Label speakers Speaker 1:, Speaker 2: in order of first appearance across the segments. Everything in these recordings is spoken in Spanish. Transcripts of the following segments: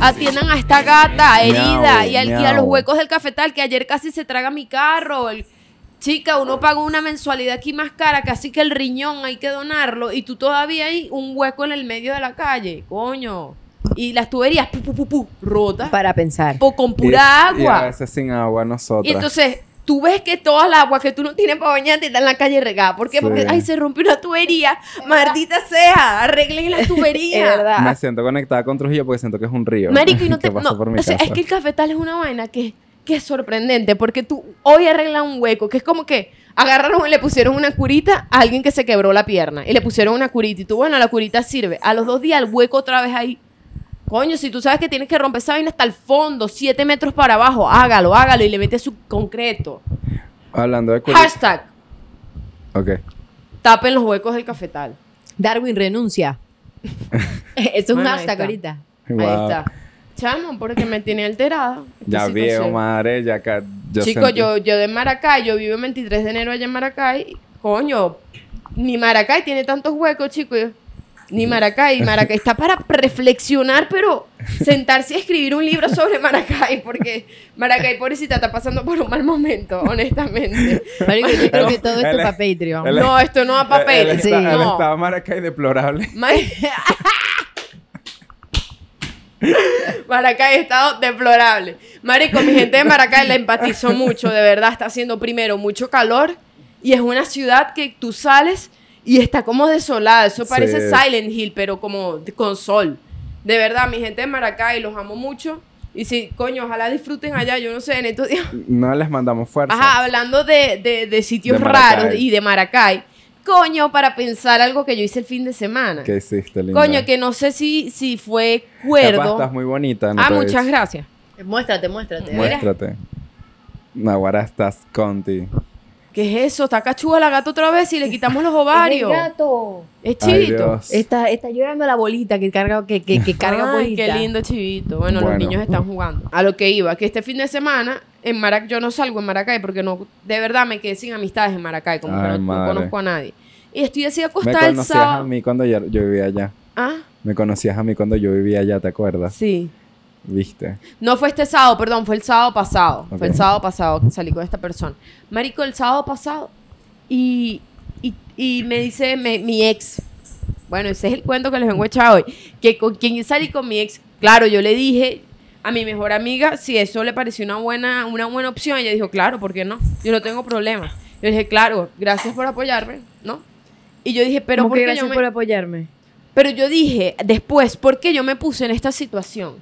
Speaker 1: Atiendan a esta gata herida
Speaker 2: Miau,
Speaker 1: y, al- y a
Speaker 2: miau.
Speaker 1: los huecos del cafetal que ayer casi se traga mi carro. El- chica, uno pagó una mensualidad aquí más cara, casi que el riñón hay que donarlo y tú todavía hay un hueco en el medio de la calle, coño. Y las tuberías, pu, pu, pu, pu, rotas,
Speaker 3: Para pensar.
Speaker 1: po- con
Speaker 2: Y-
Speaker 1: pura
Speaker 2: Y a
Speaker 1: agua.
Speaker 2: veces sin agua nosotras.
Speaker 1: Y entonces tú ves que toda el agua que tú no tienes para bañarte está en la calle regada. ¿Por qué? Porque,
Speaker 2: Sí.
Speaker 1: ay, se rompió una tubería. Maldita sea, arreglen la tubería.
Speaker 3: Es verdad.
Speaker 2: Me siento conectada con Trujillo porque siento que es un río.
Speaker 1: Marico, y no
Speaker 2: que
Speaker 1: te...
Speaker 2: pasa
Speaker 1: no,
Speaker 2: por mi
Speaker 1: o sea,
Speaker 2: casa.
Speaker 1: es que el cafetal es una vaina que, que es sorprendente porque tú hoy arreglan un hueco que es como que agarraron y le pusieron una curita a alguien que se quebró la pierna y le pusieron una curita y tú, bueno, la curita sirve. A los dos días el hueco otra vez ahí. Coño, si tú sabes que tienes que romper esa vaina hasta el fondo, siete metros para abajo, hágalo, hágalo y le metes su concreto.
Speaker 2: Hablando de curi-
Speaker 1: Hashtag,
Speaker 2: Ok.
Speaker 1: tapen los huecos del cafetal.
Speaker 3: Darwin renuncia. Eso es un
Speaker 1: Bueno, ahí
Speaker 3: hashtag
Speaker 1: está.
Speaker 3: ahorita.
Speaker 1: Ahí
Speaker 2: Wow.
Speaker 1: está. Chamo, porque me tiene alterada.
Speaker 2: Ya
Speaker 1: Esta
Speaker 2: viejo,
Speaker 1: situación.
Speaker 2: madre, ya ca- yo
Speaker 1: Chico,
Speaker 2: sentí-
Speaker 1: yo, yo de Maracay, yo vivo el 23 de enero allá en Maracay. Coño, ni Maracay tiene tantos huecos, chico. Yo, Ni Maracay, Maracay está para reflexionar, pero sentarse a escribir un libro sobre Maracay, porque Maracay, pobrecita, está pasando por un mal momento, honestamente.
Speaker 3: Marico, yo creo que todo esto
Speaker 2: Él
Speaker 3: es
Speaker 2: es-
Speaker 3: para Patreon.
Speaker 2: él
Speaker 1: No, esto no va para
Speaker 2: Él,
Speaker 1: papel.
Speaker 2: está-
Speaker 3: sí,
Speaker 2: él
Speaker 1: no.
Speaker 2: estaba Maracay deplorable.
Speaker 1: Ma- Maracay ha estado deplorable. Marico, mi gente de Maracay la empatizó mucho, de verdad. Está haciendo primero mucho calor y es una ciudad que tú sales y está como desolada. Eso parece
Speaker 2: Sí.
Speaker 1: Silent Hill, pero como de- con sol. De verdad, mi gente de Maracay, los amo mucho. Y sí, coño, ojalá disfruten allá, yo no sé, en estos días.
Speaker 2: No les mandamos fuerza.
Speaker 1: Ajá, hablando de, de- de sitios
Speaker 2: De Maracay.
Speaker 1: raros y de Maracay. Coño, para pensar algo que yo hice el fin de semana.
Speaker 2: ¿Qué hiciste, linda?
Speaker 1: Coño, que no sé si, si fue
Speaker 2: Capaz
Speaker 1: cuerdo.
Speaker 2: Estás muy bonita. No
Speaker 1: ah,
Speaker 2: te he
Speaker 1: muchas
Speaker 2: dicho.
Speaker 1: gracias.
Speaker 3: Muéstrate, muéstrate.
Speaker 1: Mira.
Speaker 2: Muéstrate. Naguara, estás conti.
Speaker 1: ¿Qué es eso? Está cachuda la gata otra vez y le quitamos los ovarios.
Speaker 3: Es el gato.
Speaker 1: Es
Speaker 2: Ay,
Speaker 1: chivito.
Speaker 2: Dios.
Speaker 3: Está, está llorando la bolita que carga, que, que, que carga
Speaker 1: Ay,
Speaker 3: bolita.
Speaker 1: pues, qué lindo chivito. Bueno,
Speaker 2: Bueno.
Speaker 1: los niños están jugando. A lo que iba, que este fin de semana en Maracay, yo no salgo en Maracay porque no, de verdad me quedé sin amistades en Maracay, como
Speaker 2: Ay,
Speaker 1: que no- no,
Speaker 2: madre.
Speaker 1: conozco a nadie. Y estoy así
Speaker 2: Me
Speaker 1: acostada el
Speaker 2: conocías a
Speaker 1: sábado.
Speaker 2: mí cuando yo, yo vivía allá.
Speaker 1: Ah,
Speaker 2: Me conocías a mí cuando yo vivía allá, ¿te acuerdas?
Speaker 1: sí.
Speaker 2: ¿Viste?
Speaker 1: No fue este sábado, perdón, fue el sábado pasado. Fue el
Speaker 2: Ok.
Speaker 1: sábado pasado que salí con esta persona. Marico, el sábado pasado. Y, y, y me dice me- mi ex. Bueno, ese es el cuento que les vengo a echar hoy. Que con quien salí con mi ex. Claro, yo le dije a mi mejor amiga si eso le pareció una buena, una buena opción. Ella dijo, claro, ¿por qué no? Yo no tengo problema. Yo le dije, claro, gracias por apoyarme, ¿no? Y yo dije, pero
Speaker 3: Como
Speaker 1: ¿por
Speaker 3: que
Speaker 1: qué yo
Speaker 3: gracias
Speaker 1: me...
Speaker 3: por apoyarme.
Speaker 1: Pero yo dije después, ¿por qué yo me puse en esta situación?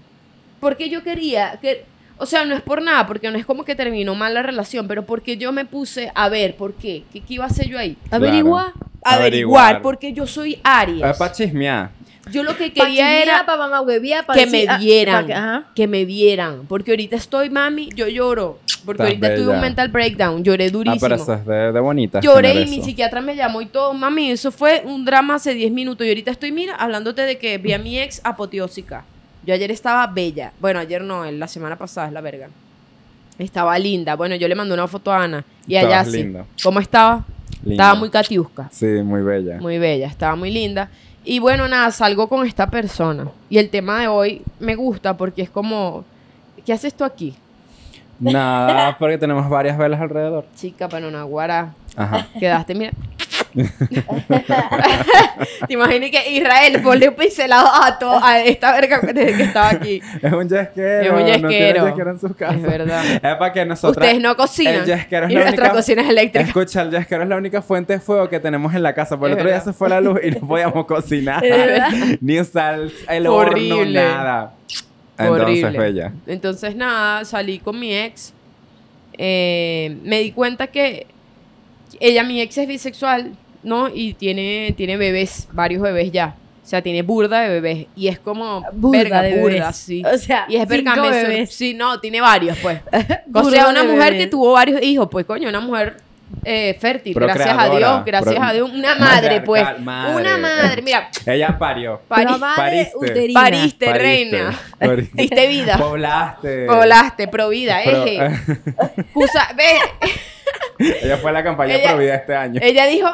Speaker 1: Porque yo quería que... O sea, no es por nada, porque no es como que terminó mal la relación, pero porque yo me puse a ver, ¿por qué? ¿Qué, qué iba a hacer yo ahí?
Speaker 2: Claro.
Speaker 3: Averigua.
Speaker 1: Averiguar,
Speaker 2: Averiguar. Ah,
Speaker 1: porque yo soy Aries.
Speaker 2: Es para chismear.
Speaker 1: yo lo que
Speaker 3: Pa'
Speaker 1: quería
Speaker 3: chismear,
Speaker 1: era
Speaker 3: pa' mamá huevía, pa'
Speaker 1: que
Speaker 3: decir,
Speaker 1: me
Speaker 3: ah,
Speaker 1: vieran,
Speaker 3: pa' que- ajá.
Speaker 1: que me vieran, porque ahorita estoy, mami, yo lloro, porque
Speaker 2: Estás
Speaker 1: ahorita tuve
Speaker 2: bella.
Speaker 1: un mental breakdown, lloré
Speaker 2: Ah,
Speaker 1: durísimo.
Speaker 2: pero eso es de, de bonita.
Speaker 1: Lloré
Speaker 2: tener
Speaker 1: y mi
Speaker 2: eso.
Speaker 1: psiquiatra me llamó y todo. Mami, eso fue un drama hace 10 minutos. Y ahorita estoy, mira, hablándote de que vi a mi ex apoteósica. Yo ayer estaba bella. Bueno, ayer no, en la semana pasada es la verga. Estaba linda. Bueno, yo le mandé una foto a Ana. Y allá
Speaker 2: Estabas
Speaker 1: así.
Speaker 2: linda.
Speaker 1: ¿Cómo estaba?
Speaker 2: Linda.
Speaker 1: Estaba muy catiusca.
Speaker 2: Sí, muy bella.
Speaker 1: Muy bella, estaba muy linda. Y bueno, nada, salgo con esta persona. Y el tema de hoy me gusta porque es como, ¿qué haces tú aquí?
Speaker 2: Nada, porque tenemos varias velas alrededor.
Speaker 1: Chica, pero no, guara.
Speaker 2: Ajá.
Speaker 1: Quedaste, mira. Te imaginas que Israel ponle un pincelado a, to- a esta verga desde que estaba aquí.
Speaker 2: Es un yesquero.
Speaker 1: Es un
Speaker 2: No
Speaker 1: yesquero.
Speaker 2: tienen yesquero en sus casas.
Speaker 1: Es verdad.
Speaker 2: Es para que nosotras...
Speaker 1: Ustedes no cocinan.
Speaker 2: El yesquero es
Speaker 1: y
Speaker 2: la
Speaker 1: nuestra
Speaker 2: única-
Speaker 1: cocina es eléctrica.
Speaker 2: Escucha, el yesquero es la única fuente de fuego que tenemos en la casa. Por el
Speaker 1: Es
Speaker 2: otro día
Speaker 1: verdad.
Speaker 2: se fue la luz y no podíamos cocinar. Ni usar el horno,
Speaker 1: Horrible.
Speaker 2: nada. Entonces,
Speaker 1: Horrible.
Speaker 2: bella.
Speaker 1: Entonces, nada, salí con mi ex. Eh, me di cuenta que ella, mi ex, es bisexual, ¿no? Y tiene, tiene bebés, varios bebés ya. O sea, tiene burda de bebés. Y es como.
Speaker 3: Burda
Speaker 1: verga,
Speaker 3: de
Speaker 1: burda,
Speaker 3: bebés.
Speaker 1: sí.
Speaker 3: O sea,
Speaker 1: Y es verga,
Speaker 3: cinco
Speaker 1: me sor-
Speaker 3: bebés.
Speaker 1: Sí, no, tiene varios, pues. O
Speaker 3: Burda
Speaker 1: sea, una
Speaker 3: de
Speaker 1: mujer
Speaker 3: bebés.
Speaker 1: que tuvo varios hijos, pues coño, una mujer eh, fértil, gracias a
Speaker 2: Procreadora,
Speaker 1: Dios, gracias
Speaker 2: pro-
Speaker 1: a Dios. Una madre,
Speaker 2: Matriarcal,
Speaker 1: pues.
Speaker 2: madre.
Speaker 1: Una madre, mira,
Speaker 2: Ella parió.
Speaker 1: pari-
Speaker 3: Pero madre
Speaker 2: pariste.
Speaker 3: uterina.
Speaker 1: pariste,
Speaker 2: Pariste.
Speaker 1: reina.
Speaker 2: Pariste.
Speaker 1: Diste vida.
Speaker 2: Poblaste.
Speaker 1: Poblaste, provida,
Speaker 2: eh, Pro- eh.
Speaker 1: eje. Usa- ve,
Speaker 2: Ella fue a la campaña
Speaker 1: Ella- eh,
Speaker 2: Provida este año.
Speaker 1: ella dijo,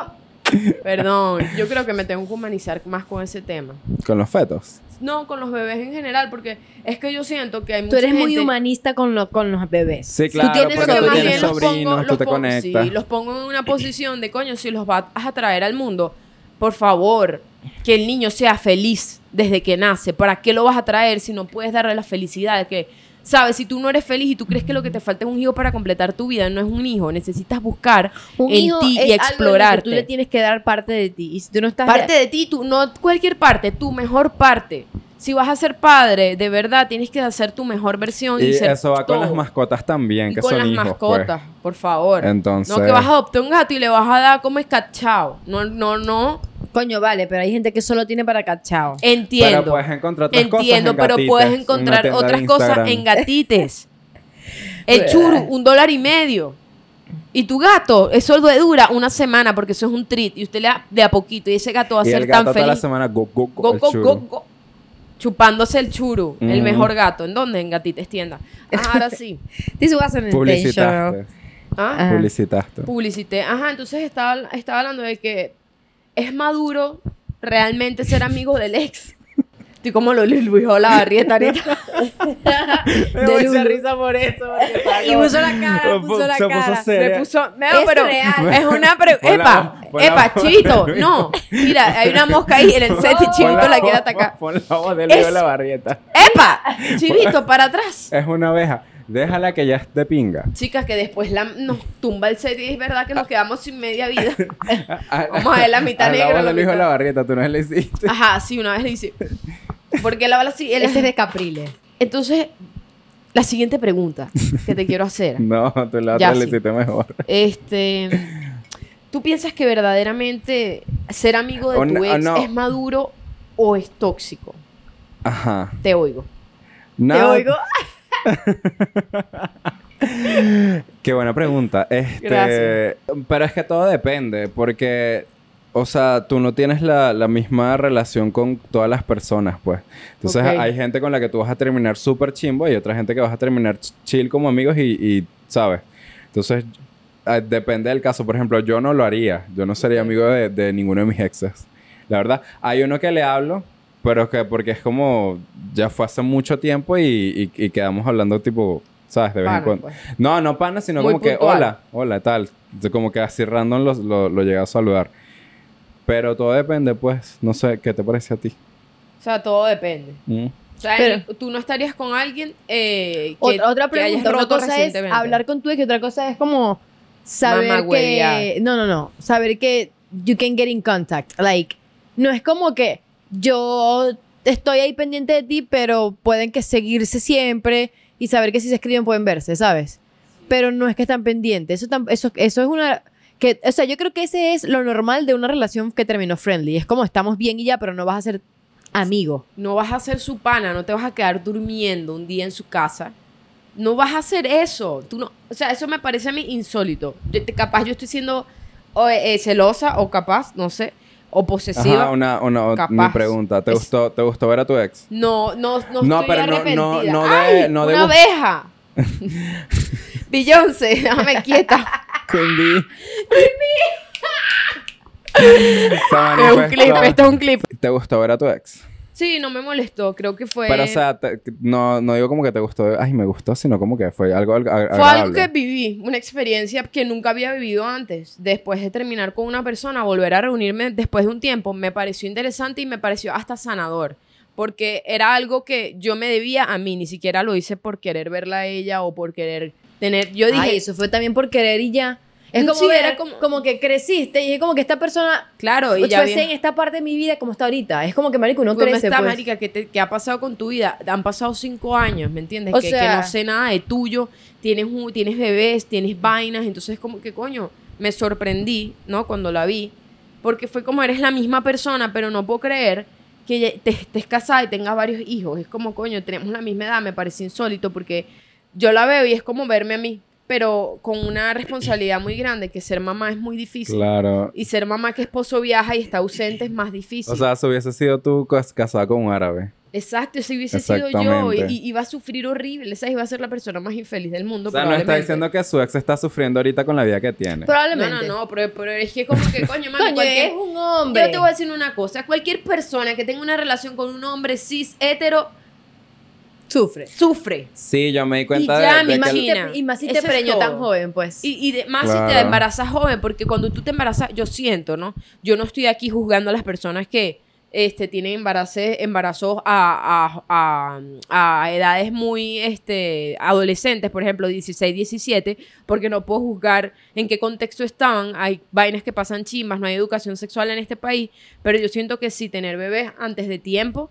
Speaker 1: Perdón, yo creo que me tengo que humanizar más con ese tema.
Speaker 2: Con los fetos.
Speaker 1: No, con los bebés en general, porque es que yo siento que hay mucha
Speaker 3: Tú eres muy
Speaker 1: gente-
Speaker 3: humanista con, lo- con los bebés.
Speaker 2: Sí,
Speaker 1: Ah,
Speaker 2: claro,
Speaker 3: tienes
Speaker 2: porque
Speaker 3: que
Speaker 2: tú
Speaker 3: más
Speaker 2: tienes
Speaker 3: bien los
Speaker 2: sobrinos, tú te
Speaker 1: pongo-
Speaker 2: conectas.
Speaker 1: sí, los pongo en una posición de coño, si los vas a traer al mundo, por favor, que el niño sea feliz desde que nace. ¿Para qué lo vas a traer si no puedes darle la felicidad? Que, sabes, si tú no eres feliz y tú crees que lo que te falta es un hijo para completar tu vida, no es un hijo, necesitas buscar
Speaker 3: Un
Speaker 1: en
Speaker 3: hijo
Speaker 1: ti
Speaker 3: es
Speaker 1: y
Speaker 3: algo en lo que
Speaker 1: explorarte.
Speaker 3: tú le tienes que dar parte de ti. Y si tú no estás...
Speaker 1: parte de ti, tú, no cualquier parte, tu mejor parte. Si vas a ser padre, de verdad, tienes que hacer tu mejor versión y,
Speaker 2: Y
Speaker 1: ser
Speaker 2: eso va con las
Speaker 1: todo.
Speaker 2: mascotas también,
Speaker 1: Y
Speaker 2: que
Speaker 1: con
Speaker 2: son
Speaker 1: las
Speaker 2: hijos. pues.
Speaker 1: mascotas, por favor.
Speaker 2: Entonces-
Speaker 1: No que vas a adoptar un gato y le vas a dar como escachado. No, no, no.
Speaker 3: Coño, vale, pero hay gente que solo tiene para cachao.
Speaker 1: Eh, Entiendo.
Speaker 2: Pero puedes encontrar otras cosas
Speaker 1: Entiendo,
Speaker 2: en
Speaker 1: pero
Speaker 2: gatitas,
Speaker 1: puedes
Speaker 2: en
Speaker 1: encontrar
Speaker 2: una tienda de
Speaker 1: otras cosas
Speaker 2: Instagram. Pues.
Speaker 1: en gatites. El churu, un dólar y medio. Y tu gato, eso le dura una semana porque eso es un treat. Y usted le da de a poquito y ese gato va a
Speaker 2: Y
Speaker 1: ser
Speaker 2: el gato
Speaker 1: tan
Speaker 2: toda la
Speaker 1: feliz.
Speaker 2: semana go, go, go,
Speaker 1: Go,
Speaker 2: el
Speaker 1: go,
Speaker 2: churro.
Speaker 1: go, go. Chupándose el churu, el
Speaker 2: Mm.
Speaker 1: mejor gato. ¿En dónde? En gatites tienda. Ah, ahora sí.
Speaker 3: This wasn't
Speaker 2: Publicitaste.
Speaker 3: intentional.
Speaker 1: Ah.
Speaker 3: Ajá.
Speaker 2: Publicitaste.
Speaker 1: publicité. Ajá, entonces estaba, estaba hablando de que es maduro realmente ser amigo del ex. Estoy como lo Luis Olavarrieta ahorita.
Speaker 2: Me voy a hacer-
Speaker 3: por eso.
Speaker 1: Y puso la cara,
Speaker 2: Se
Speaker 1: puso la
Speaker 2: puso
Speaker 1: cara.
Speaker 2: seria.
Speaker 1: Me puso. No,
Speaker 3: Es
Speaker 1: pero
Speaker 3: real.
Speaker 1: es una pre-
Speaker 2: Pon la
Speaker 1: Epa,
Speaker 2: voz, pon la
Speaker 1: epa,
Speaker 2: voz.
Speaker 1: chivito. No, mira, hay una mosca ahí en el set y
Speaker 3: Pon
Speaker 1: chivito
Speaker 2: Pon
Speaker 1: este la quiere
Speaker 2: voz-
Speaker 1: atacar.
Speaker 2: Pon la voz de
Speaker 1: Es-
Speaker 2: Leo la barrieta.
Speaker 1: ¡Epa! Chivito, para atrás.
Speaker 2: Es una abeja. Déjala que ya esté pinga.
Speaker 1: Chicas, que después la- nos tumba el set y es verdad que nos quedamos sin media vida. Vamos a ver la mitad negra,
Speaker 2: Hablamos
Speaker 1: la
Speaker 2: de Luis
Speaker 1: mitad-
Speaker 2: la barrieta, tú no le hiciste.
Speaker 1: Ajá, sí, una vez le hice. Porque la bala sí, él
Speaker 3: Ese es de Capriles.
Speaker 1: Entonces, la siguiente pregunta que te quiero hacer.
Speaker 2: No, tú la
Speaker 1: Ya
Speaker 2: otra le
Speaker 1: sí.
Speaker 2: hiciste mejor.
Speaker 1: Este, ¿tú piensas que verdaderamente ser amigo de
Speaker 2: O
Speaker 1: tu
Speaker 2: no- o
Speaker 1: ex
Speaker 2: no.
Speaker 1: es maduro o es tóxico?
Speaker 2: Ajá.
Speaker 1: Te oigo.
Speaker 2: No,
Speaker 3: Te oigo.
Speaker 2: Qué buena pregunta. Este,
Speaker 1: Gracias.
Speaker 2: Pero es que todo depende, porque, o sea, tú no tienes la, la misma relación con todas las personas, pues. Entonces,
Speaker 1: Ok.
Speaker 2: hay gente con la que tú vas a terminar súper chimbo y otra gente que vas a terminar ch- chill como amigos y, y, ¿sabes? Entonces, eh, depende del caso. Por ejemplo, yo no lo haría. Yo no sería
Speaker 1: Ok.
Speaker 2: amigo de, de ninguno de mis exes. La verdad, hay uno que le hablo, pero que porque es como, ya fue hace mucho tiempo y, y- y quedamos hablando tipo, ¿sabes? De vez en
Speaker 1: Pana,
Speaker 2: cuando.
Speaker 1: pues.
Speaker 2: No, no pana, sino
Speaker 1: Muy
Speaker 2: como que
Speaker 1: puntual.
Speaker 2: hola, hola, tal. Entonces, Como que así random los- lo, lo llega a saludar. Pero todo depende, pues. No sé, ¿qué te parece a ti?
Speaker 1: O sea, todo depende.
Speaker 2: Mm.
Speaker 1: O sea,
Speaker 3: Pero-
Speaker 1: el- tú no estarías con alguien eh, que
Speaker 3: otra, otra
Speaker 1: que hayas
Speaker 3: pregunta, una
Speaker 1: roto
Speaker 3: cosa es
Speaker 1: recientemente.
Speaker 3: hablar con tu ex y otra cosa es como saber
Speaker 1: Mamagüevear.
Speaker 3: que no, no, no, saber que you can get in contact, like no es como que yo estoy ahí pendiente de ti, pero pueden que seguirse siempre y saber que si se escriben pueden verse, ¿sabes? Pero no es que están pendientes, eso tam- eso eso es una que o sea, yo creo que ese es lo normal de una relación que terminó friendly, es como estamos bien y ya, pero no vas a ser amigo.
Speaker 1: No vas a ser su pana, no te vas a quedar durmiendo un día en su casa. No vas a hacer eso. Tú no, o sea, eso me parece a mí insólito. Yo- te- capaz yo estoy siendo o, eh, celosa o capaz, no sé, o posesiva.
Speaker 2: Ajá, una, una, o-
Speaker 1: capaz.
Speaker 2: mi pregunta. ¿Te,
Speaker 1: Es-
Speaker 2: gustó, ¿Te gustó ver a tu ex?
Speaker 1: No, no, no,
Speaker 2: No,
Speaker 1: estoy
Speaker 2: pero no-
Speaker 1: arrepentida.
Speaker 2: no- no de-
Speaker 1: ¡Ay,
Speaker 2: no de
Speaker 1: una
Speaker 2: bu-
Speaker 1: abeja! Beyoncé, déjame quieta.
Speaker 2: Cumbí. Se
Speaker 1: es un clip,
Speaker 2: manifestó.
Speaker 1: esto es un clip.
Speaker 2: ¿Te gustó ver a tu ex?
Speaker 1: Sí, no me molestó, creo que fue...
Speaker 2: Pero, o sea, te- no, no digo como que te gustó, ay, me gustó, sino como que fue algo ag-
Speaker 1: fue algo
Speaker 2: agradable.
Speaker 1: que viví, una experiencia que nunca había vivido antes. Después de terminar con una persona, volver a reunirme después de un tiempo, me pareció interesante y me pareció hasta sanador. Porque era algo que yo me debía a mí, ni siquiera lo hice por querer verla a ella o por querer tener... Yo dije, Mm,
Speaker 3: Ay, eso fue también por querer y ya. Es como
Speaker 1: Sí,
Speaker 3: ver-
Speaker 1: era como-
Speaker 3: como... que creciste y es como que esta persona
Speaker 1: claro, y
Speaker 3: fue
Speaker 1: ya...
Speaker 3: en esta parte de mi vida como está ahorita. Es como que marico uno
Speaker 1: ¿Cómo
Speaker 3: crece
Speaker 1: está,
Speaker 3: pues.
Speaker 1: marica? ¿Qué, te- qué ha pasado con tu vida? Han pasado cinco años, ¿me entiendes?
Speaker 3: O
Speaker 1: que, que
Speaker 3: sea-
Speaker 1: no sé nada de tuyo, tienes, un- tienes bebés, tienes vainas, entonces como que coño, me sorprendí, ¿no? Cuando la vi, porque fue como eres la misma persona, pero no puedo creer que ya te estés casada y tengas varios hijos. Es como, coño, tenemos la misma edad, me parece insólito porque yo la veo y es como verme a mí, pero con una responsabilidad muy grande, que ser mamá es muy difícil.
Speaker 2: Claro.
Speaker 1: Y ser mamá que esposo viaja y está ausente es más difícil.
Speaker 2: O sea, si hubiese sido tú cas- casada con un árabe.
Speaker 1: Exacto, si hubiese sido yo y,
Speaker 2: Exactamente.
Speaker 1: y- y va a sufrir horrible, ¿sabes? Y va a ser la persona más infeliz del mundo.
Speaker 2: O sea, no
Speaker 1: probablemente.
Speaker 2: está diciendo que su ex está sufriendo ahorita con la vida que tiene.
Speaker 1: No,
Speaker 3: Probablemente.
Speaker 1: no, no, pero, pero es que como que, coño, mami,
Speaker 3: Coño,
Speaker 1: cualquier-
Speaker 3: es un hombre.
Speaker 1: Yo te voy a decir una cosa. Cualquier persona que tenga una relación con un hombre cis, hetero,
Speaker 3: Sufre.
Speaker 1: sufre.
Speaker 2: Sí, yo me di cuenta
Speaker 1: Y ya,
Speaker 2: de, de
Speaker 1: mi
Speaker 2: que...
Speaker 1: imagino-
Speaker 3: Y,
Speaker 1: Imagina,
Speaker 3: te, y más si
Speaker 1: eso
Speaker 3: te
Speaker 1: es
Speaker 3: preñó tan
Speaker 1: todo.
Speaker 3: joven, pues.
Speaker 1: Y, y de- más si te
Speaker 2: Claro.
Speaker 1: embarazas joven, porque cuando tú te embarazas, yo siento, ¿no? Yo no estoy aquí juzgando a las personas que este, tienen embaraces, embarazos a, a- a- a edades muy este, adolescentes, por ejemplo, 16, 17, porque no puedo juzgar en qué contexto están. Hay vainas que pasan chimbas, no hay educación sexual en este país, pero yo siento que si tener bebés antes de tiempo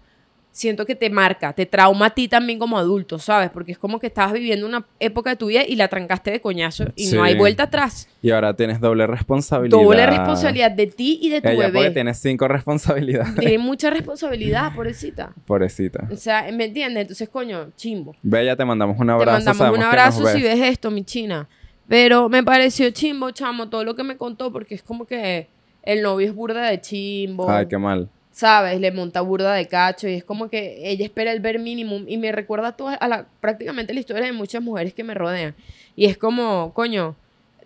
Speaker 1: siento que te marca, te trauma a ti también como adulto, ¿sabes? Porque es como que estabas viviendo una época de tu vida y la trancaste de coñazo y
Speaker 2: Sí.
Speaker 1: no hay vuelta atrás.
Speaker 2: Y ahora tienes doble responsabilidad.
Speaker 1: Doble responsabilidad de ti y de tu
Speaker 2: Ella porque
Speaker 1: bebé.
Speaker 2: tiene cinco responsabilidades.
Speaker 1: Tiene mucha responsabilidad, pobrecita.
Speaker 2: Pobrecita.
Speaker 1: O sea, ¿me entiendes? Entonces, coño, chimbo.
Speaker 2: Bella, te mandamos un abrazo.
Speaker 1: Te mandamos
Speaker 2: sabemos
Speaker 1: un
Speaker 2: que nos
Speaker 1: abrazo
Speaker 2: ves.
Speaker 1: si ves esto, mi china. Pero me pareció chimbo, chamo, todo lo que me contó, porque es como que el novio es burda de chimbo.
Speaker 2: Ay, qué mal.
Speaker 1: ¿sabes? Le monta burda de cacho y es como que ella espera el ver mínimo y me recuerda a, todas- a la, prácticamente la historia de muchas mujeres que me rodean. Y es como, coño,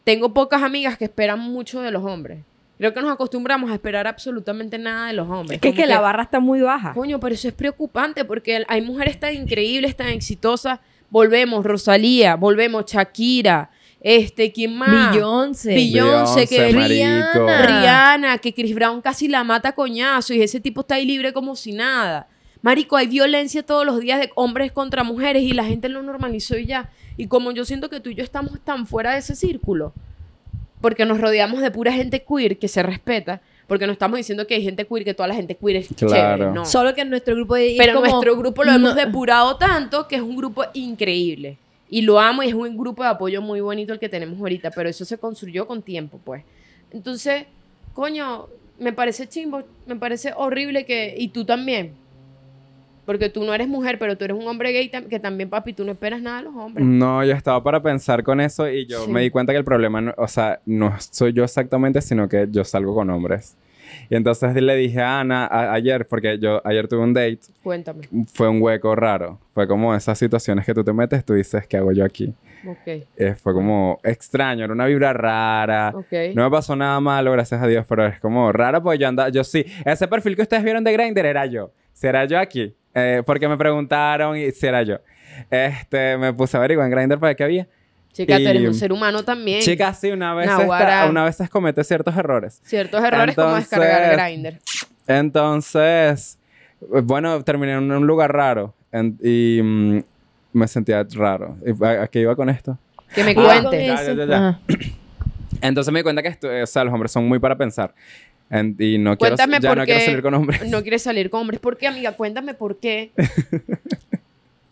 Speaker 1: tengo pocas amigas que esperan mucho de los hombres. Creo que nos acostumbramos a esperar absolutamente nada de los hombres.
Speaker 4: Es que, es
Speaker 1: Como
Speaker 4: que la barra está muy baja.
Speaker 1: Coño, pero eso es preocupante porque hay mujeres tan increíbles, tan exitosas. Volvemos, Rosalía, volvemos, Shakira, este, ¿quién más?
Speaker 3: Beyoncé.
Speaker 1: Bill- Beyoncé, que
Speaker 2: marico.
Speaker 3: Rihanna.
Speaker 1: Rihanna, que Chris Brown casi la mata a coñazo y ese tipo está ahí libre como si nada. Marico, hay violencia todos los días de hombres contra mujeres y la gente lo normalizó y ya. Y como yo siento que tú y yo estamos tan fuera de ese círculo, porque nos rodeamos de pura gente queer que se respeta, porque no estamos diciendo que hay gente queer, que toda la gente queer es
Speaker 2: Claro.
Speaker 1: chévere, no.
Speaker 3: Solo que en nuestro grupo de
Speaker 1: Pero
Speaker 3: como-
Speaker 1: nuestro grupo lo
Speaker 3: no-
Speaker 1: hemos depurado tanto que es un grupo increíble. Y lo amo y es un grupo de apoyo muy bonito el que tenemos ahorita, pero eso se construyó con tiempo, pues. Entonces, coño, me parece chimbo, me parece horrible que... Y tú también. Porque tú no eres mujer, pero tú eres un hombre gay tam- que también, papi, tú no esperas nada de los hombres.
Speaker 2: No, yo estaba para pensar con eso y yo
Speaker 1: Sí.
Speaker 2: me di cuenta que el problema, no- o sea, no soy yo exactamente, sino que yo salgo con hombres. Y entonces le dije a Ana a- ayer, porque yo ayer tuve un date,
Speaker 1: Cuéntame.
Speaker 2: fue un hueco raro. Fue como esas situaciones que tú te metes, tú dices, ¿qué hago yo aquí?
Speaker 1: Ok,
Speaker 2: Eh, fue como extraño, era una vibra rara.
Speaker 1: ok.
Speaker 2: No me pasó nada malo, gracias a Dios, pero es como raro porque yo andaba, yo sí, ese perfil que ustedes vieron de Grindr era yo, será yo aquí, Eh, porque me preguntaron y si era yo. Este, me puse a averiguar en Grindr para qué había.
Speaker 1: Chica, tú eres
Speaker 2: y-
Speaker 1: un ser humano también.
Speaker 2: Chicas, sí, una vez, esta-
Speaker 1: Naguará.
Speaker 2: una vez comete ciertos errores.
Speaker 1: Ciertos errores como
Speaker 2: Entonces-
Speaker 1: descargar Grindr.
Speaker 2: Entonces, bueno, terminé en un lugar raro en- y mm, me sentía raro. ¿Y ¿A, a qué iba con esto?
Speaker 1: Que me
Speaker 2: Ah,
Speaker 1: cuentes.
Speaker 2: ya, ya, ya, ya.
Speaker 3: Ajá.
Speaker 2: Entonces me di cuenta que esto- o sea, los hombres son muy para pensar. En- y no quiero,
Speaker 1: Cuéntame
Speaker 2: ya
Speaker 1: por
Speaker 2: no quiero
Speaker 1: qué
Speaker 2: salir con hombres.
Speaker 1: no quieres salir con hombres. ¿Por qué, amiga? Cuéntame por qué.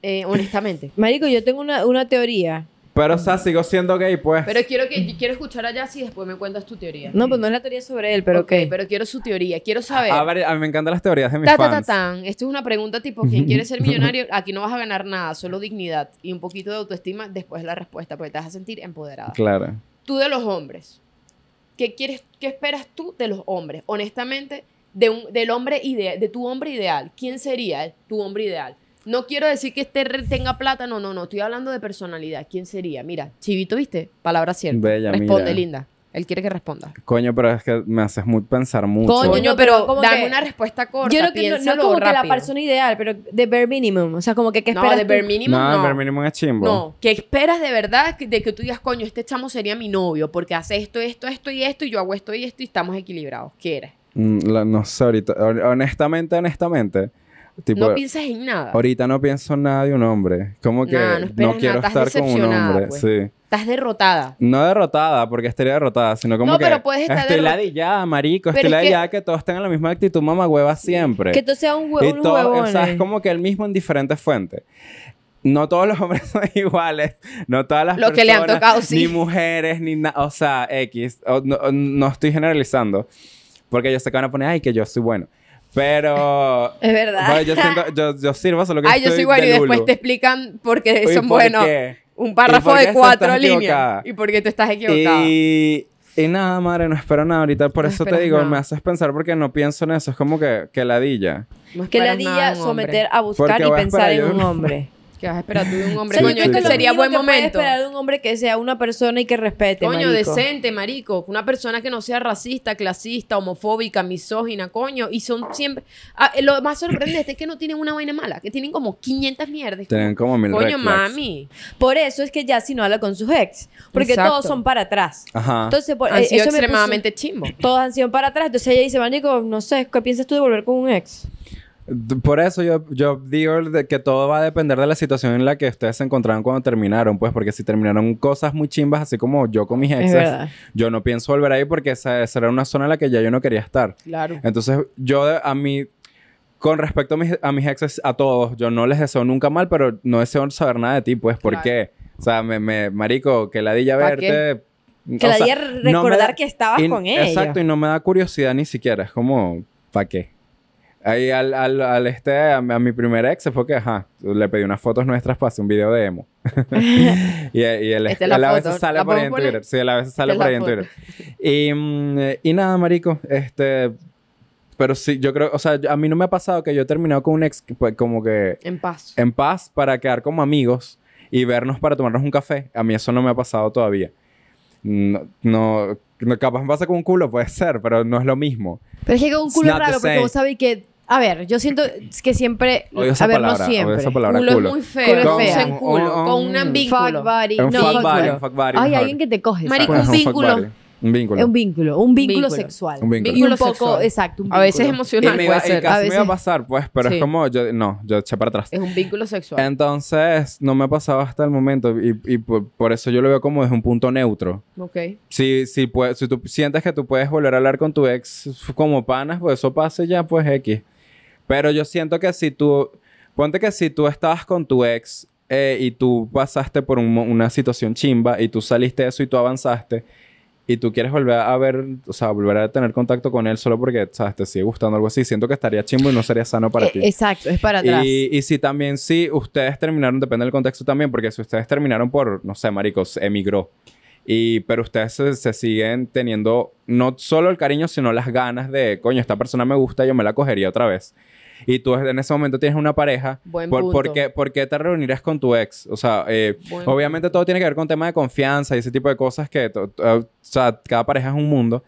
Speaker 1: Eh, honestamente.
Speaker 3: Marico, yo tengo una, una teoría.
Speaker 2: Pero, o sea, sigo siendo gay, pues.
Speaker 1: Pero quiero que quiero escuchar a Yassi y después me cuentas tu teoría.
Speaker 3: No, pues no es la teoría sobre él, pero
Speaker 1: Ok,
Speaker 3: que
Speaker 1: Pero quiero su teoría. Quiero saber.
Speaker 2: A ver, a mí me encantan las teorías de mis
Speaker 1: Ta, ta, ta,
Speaker 2: fans.
Speaker 1: tan. Esto es una pregunta tipo, ¿quién quiere ser millonario? Aquí no vas a ganar nada, solo dignidad y un poquito de autoestima después de la respuesta, porque te vas a sentir empoderada.
Speaker 2: Claro.
Speaker 1: Tú de los hombres, ¿qué quieres, qué esperas tú de los hombres? Honestamente, de un- del hombre ideal, de tu hombre ideal. ¿Quién sería el- tu hombre ideal? No quiero decir que este re- tenga plata, no, no, no. Estoy hablando de personalidad. ¿Quién sería? Mira, Chivito, ¿viste? Palabra cierta.
Speaker 2: Bella,
Speaker 1: Responde,
Speaker 2: mira.
Speaker 1: linda. Él quiere que responda.
Speaker 2: Coño, pero es que me haces mu- pensar mucho.
Speaker 3: Coño,
Speaker 1: Coño,
Speaker 3: no, pero
Speaker 1: pero
Speaker 3: como
Speaker 1: dame
Speaker 3: que-
Speaker 1: una respuesta corta.
Speaker 3: Yo creo que no- no,
Speaker 1: piénsalo
Speaker 3: como que la
Speaker 1: rápido.
Speaker 3: persona ideal, pero de bare minimum. O sea, como que qué
Speaker 1: No,
Speaker 3: esperas
Speaker 1: de
Speaker 3: tú?
Speaker 1: bare minimum
Speaker 2: no,
Speaker 1: no.
Speaker 2: el bare minimum es chimbo.
Speaker 1: No, que esperas de verdad que- de que tú digas, coño, este chamo sería mi novio porque hace esto, esto, esto y esto y yo hago esto y esto y estamos equilibrados. ¿Qué eres?
Speaker 2: Mm, la- no sé, ahorita. hon- Honestamente, honestamente. Tipo,
Speaker 1: no pienses en nada.
Speaker 2: pues. ahorita no pienso nada de un hombre. Como que
Speaker 1: Nah, Ah. no
Speaker 2: no,
Speaker 1: esperas
Speaker 2: quiero
Speaker 1: nada,
Speaker 2: estar
Speaker 1: estás
Speaker 2: con un
Speaker 1: decepcionada,
Speaker 2: hombre.
Speaker 1: pues.
Speaker 2: Sí.
Speaker 1: Estás derrotada.
Speaker 2: No derrotada, porque estaría derrotada, sino como
Speaker 1: No,
Speaker 2: que.
Speaker 1: pero puedes estar
Speaker 2: estoy
Speaker 1: derrot-
Speaker 2: ladillada, marico.
Speaker 1: Pero
Speaker 2: Estoy
Speaker 1: es que-
Speaker 2: ladillada que... todos tengan la misma actitud, mamá hueva siempre.
Speaker 3: Que tú seas un
Speaker 2: Y
Speaker 3: huevo, un
Speaker 2: todo-
Speaker 3: huevón.
Speaker 2: o sea, es
Speaker 3: eh.
Speaker 2: como que el mismo en diferentes fuentes. No todos los hombres son iguales, no todas las
Speaker 1: Lo que le han
Speaker 2: personas,
Speaker 1: tocado, sí.
Speaker 2: ni mujeres, ni nada, o sea, X, O no, o no estoy generalizando, porque yo sé que van a poner, ay, que yo soy bueno, pero
Speaker 4: eh.
Speaker 3: Es verdad.
Speaker 2: bueno, yo, siento, yo, yo sirvo solo que
Speaker 1: Ay, yo
Speaker 2: estoy
Speaker 1: soy bueno y
Speaker 2: de
Speaker 1: después
Speaker 2: Lulu.
Speaker 1: te explican porque
Speaker 2: ¿Y
Speaker 1: son
Speaker 2: por
Speaker 1: buenos.
Speaker 2: qué?
Speaker 1: Un párrafo
Speaker 2: por qué
Speaker 1: de
Speaker 2: tú
Speaker 1: cuatro
Speaker 2: estás
Speaker 1: líneas.
Speaker 2: equivocada?
Speaker 1: Y porque tú estás equivocada.
Speaker 2: Y, y nada, madre, no espero nada ahorita, por
Speaker 1: No
Speaker 2: eso te
Speaker 1: esperas
Speaker 2: digo,
Speaker 1: nada.
Speaker 2: me haces pensar porque no pienso en eso, es como que, que ladilla.
Speaker 1: No
Speaker 4: Que
Speaker 1: esperas nada
Speaker 4: ladilla
Speaker 1: de un hombre.
Speaker 4: someter a buscar
Speaker 2: Porque
Speaker 4: y
Speaker 2: voy a
Speaker 4: pensar
Speaker 2: esperar
Speaker 4: en
Speaker 2: yo.
Speaker 4: un hombre.
Speaker 1: ¿Qué vas a esperar tú de un hombre?
Speaker 2: O sea, yo
Speaker 1: coño,
Speaker 2: creo
Speaker 1: este
Speaker 2: que
Speaker 1: sería buen
Speaker 4: Puedes
Speaker 1: momento.
Speaker 4: esperar de un hombre que sea una persona y que respete.
Speaker 1: Coño,
Speaker 4: marico.
Speaker 1: decente, marico. Una persona que no sea racista, clasista, homofóbica, misógina, coño. Y son siempre... Ah, eh, lo más sorprendente es que no tienen una vaina mala, que tienen como 500 mierdas.
Speaker 2: Tienen como mil
Speaker 1: Coño,
Speaker 2: red flags.
Speaker 1: mami.
Speaker 4: Por eso es que ya si no habla con sus ex. Porque
Speaker 1: Exacto.
Speaker 4: todos son para atrás.
Speaker 2: Ajá.
Speaker 4: Entonces, por,
Speaker 1: Han
Speaker 4: eh,
Speaker 1: sido
Speaker 4: eso me puso-
Speaker 1: extremadamente chimbo.
Speaker 4: todos han sido para atrás. Entonces ella dice, Manico, no sé, ¿qué piensas tú de volver con un ex?
Speaker 2: D- Por eso yo, yo digo de que todo va a depender de la situación en la que ustedes se encontraron cuando terminaron, pues, porque si terminaron cosas muy chimbas, así como yo con mis
Speaker 3: Es
Speaker 2: exes,
Speaker 3: verdad.
Speaker 2: yo no pienso volver ahí porque esa, esa era una zona en la que ya yo no quería estar.
Speaker 1: Claro.
Speaker 2: Entonces, yo de- a mí, con respecto a mis, a mis exes, a todos, yo no les deseo nunca mal, pero no deseo saber nada de ti, pues,
Speaker 1: Claro.
Speaker 2: porque, o sea, me, me- marico, que ladilla
Speaker 1: ¿Pa' qué?
Speaker 2: verte.
Speaker 4: Que
Speaker 2: o
Speaker 4: la
Speaker 2: sea,
Speaker 4: diera
Speaker 2: no me
Speaker 4: recordar
Speaker 2: da-
Speaker 4: que estabas
Speaker 2: y-
Speaker 4: con ella.
Speaker 2: Exacto, y no me da curiosidad ni siquiera. Es como, ¿para qué? Ahí al, al, al este, a, mi- a mi primer ex fue que, ajá, le pedí unas fotos nuestras para hacer un video de emo. y, y él,
Speaker 1: Esta es la
Speaker 2: él a
Speaker 1: foto.
Speaker 2: veces sale
Speaker 1: ¿La
Speaker 2: por ahí en
Speaker 1: podemos poner?
Speaker 2: Twitter. Sí, él a veces sale
Speaker 1: Esta
Speaker 2: por ahí
Speaker 1: es
Speaker 2: en
Speaker 1: la
Speaker 2: Twitter. Y, mm, eh, y nada, marico, este... Pero sí, yo creo, o sea, yo- a mí no me ha pasado que yo he terminado con un ex que, pues, como que
Speaker 1: En paz.
Speaker 2: en paz para quedar como amigos y vernos para tomarnos un café. A mí eso no me ha pasado todavía. No, no, no- capaz me pasa con un culo, puede ser, pero no es lo mismo.
Speaker 3: Pero es que con un
Speaker 2: It's
Speaker 3: culo es
Speaker 2: not the
Speaker 3: raro porque
Speaker 2: same.
Speaker 3: vos sabéis que... A ver, yo siento que siempre...
Speaker 2: Odio esa
Speaker 3: a ver,
Speaker 2: palabra.
Speaker 3: no
Speaker 2: Odio
Speaker 3: siempre.
Speaker 2: esa palabra
Speaker 1: Culo,
Speaker 2: culo.
Speaker 1: es muy
Speaker 3: Culo
Speaker 1: feo.
Speaker 3: es
Speaker 1: Con,
Speaker 3: feo.
Speaker 1: en culo,
Speaker 2: Un-
Speaker 1: con un
Speaker 2: un-
Speaker 3: Fuck
Speaker 1: ambículo.
Speaker 3: buddy.
Speaker 2: Es un
Speaker 3: No,
Speaker 2: fuck
Speaker 3: fuck
Speaker 2: buddy,
Speaker 3: buddy.
Speaker 2: un fuck buddy, un
Speaker 3: Ay,
Speaker 2: hard.
Speaker 3: alguien que te coge.
Speaker 1: Marico,
Speaker 2: Ajá,
Speaker 3: exacto.
Speaker 1: un
Speaker 2: fuck
Speaker 1: vínculo.
Speaker 2: buddy. Un vínculo.
Speaker 3: Es un vínculo. Un vínculo,
Speaker 1: Vínculo.
Speaker 3: sexual.
Speaker 2: Un vínculo.
Speaker 3: Y un
Speaker 1: Vínculo
Speaker 3: poco...
Speaker 1: sexual.
Speaker 3: Exacto. un
Speaker 1: A veces es
Speaker 3: vínculo.
Speaker 2: Y,
Speaker 1: emocional,
Speaker 2: me iba-
Speaker 1: puede
Speaker 2: y
Speaker 1: ser.
Speaker 2: casi
Speaker 3: A
Speaker 2: me iba a
Speaker 3: veces-
Speaker 2: pasar, pues, pero
Speaker 1: Sí.
Speaker 2: es como yo, no, yo eché para atrás.
Speaker 1: Es un vínculo sexual.
Speaker 2: Entonces, no me ha pasado hasta el momento y, y por, por eso yo lo veo como desde un punto neutro.
Speaker 1: ok.
Speaker 2: Si, si, pue- si tú sientes que tú puedes volver a hablar con tu ex como panas, pues eso pase ya, pues X. Pero yo siento que si tú, ponte que si tú estabas con tu ex eh, y tú pasaste por un mo- una situación chimba y tú saliste de eso y tú avanzaste y tú quieres volver a ver, o sea, volver a tener contacto con él solo porque, sabes, te sigue gustando algo así, siento que estaría chimbo y no sería sano para
Speaker 3: Eh,
Speaker 2: ti.
Speaker 3: Exacto, es para atrás.
Speaker 2: Y, y si también, si ustedes terminaron, depende del contexto también, porque si ustedes terminaron por, no sé, maricos, emigró. Y, pero ustedes se, se siguen teniendo no solo el cariño, sino las ganas de, coño, esta persona me gusta, yo me la cogería otra vez. Y tú en ese momento tienes una pareja.
Speaker 1: Buen
Speaker 2: ¿Por,
Speaker 1: punto.
Speaker 2: por qué, por qué te reunirás con tu ex? O sea, eh,
Speaker 1: Buen
Speaker 2: obviamente todo tiene que ver con tema de confianza y ese tipo de cosas que, to- to- o sea, cada pareja es un mundo.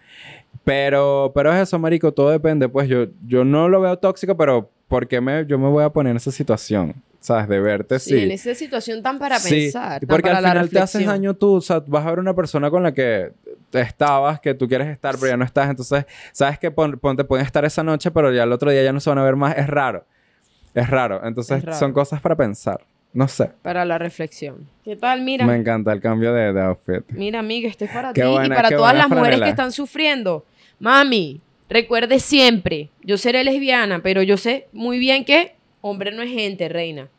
Speaker 2: Pero, pero es eso, marico, todo depende. Pues yo, yo no lo veo tóxico, pero ¿por qué me, yo me voy a poner en esa situación? ¿Sabes? De verte,
Speaker 1: Sí,
Speaker 2: sí.
Speaker 1: en esa situación tan para
Speaker 2: Sí,
Speaker 1: pensar. tan
Speaker 2: porque
Speaker 1: para
Speaker 2: al
Speaker 1: la
Speaker 2: final te haces
Speaker 1: reflexión.
Speaker 2: daño tú. O sea, vas a ver una persona con la que estabas, que tú quieres estar, pero ya no estás. Entonces, sabes que pon- ponte, pueden estar esa noche, pero ya el otro día ya no se van a ver más. Es raro. Es raro. Entonces,
Speaker 1: Es raro.
Speaker 2: son cosas para pensar. No sé.
Speaker 1: Para la reflexión. ¿Qué tal? Mira,
Speaker 2: Me encanta el cambio de, de outfit.
Speaker 1: mira, amiga, este es para
Speaker 2: Qué
Speaker 1: ti y
Speaker 2: buena-
Speaker 1: para
Speaker 2: qué
Speaker 1: todas
Speaker 2: buena
Speaker 1: las mujeres
Speaker 2: franela.
Speaker 1: que están sufriendo. Mami, recuerde siempre, yo seré lesbiana, pero yo sé muy bien que hombre no es gente, reina.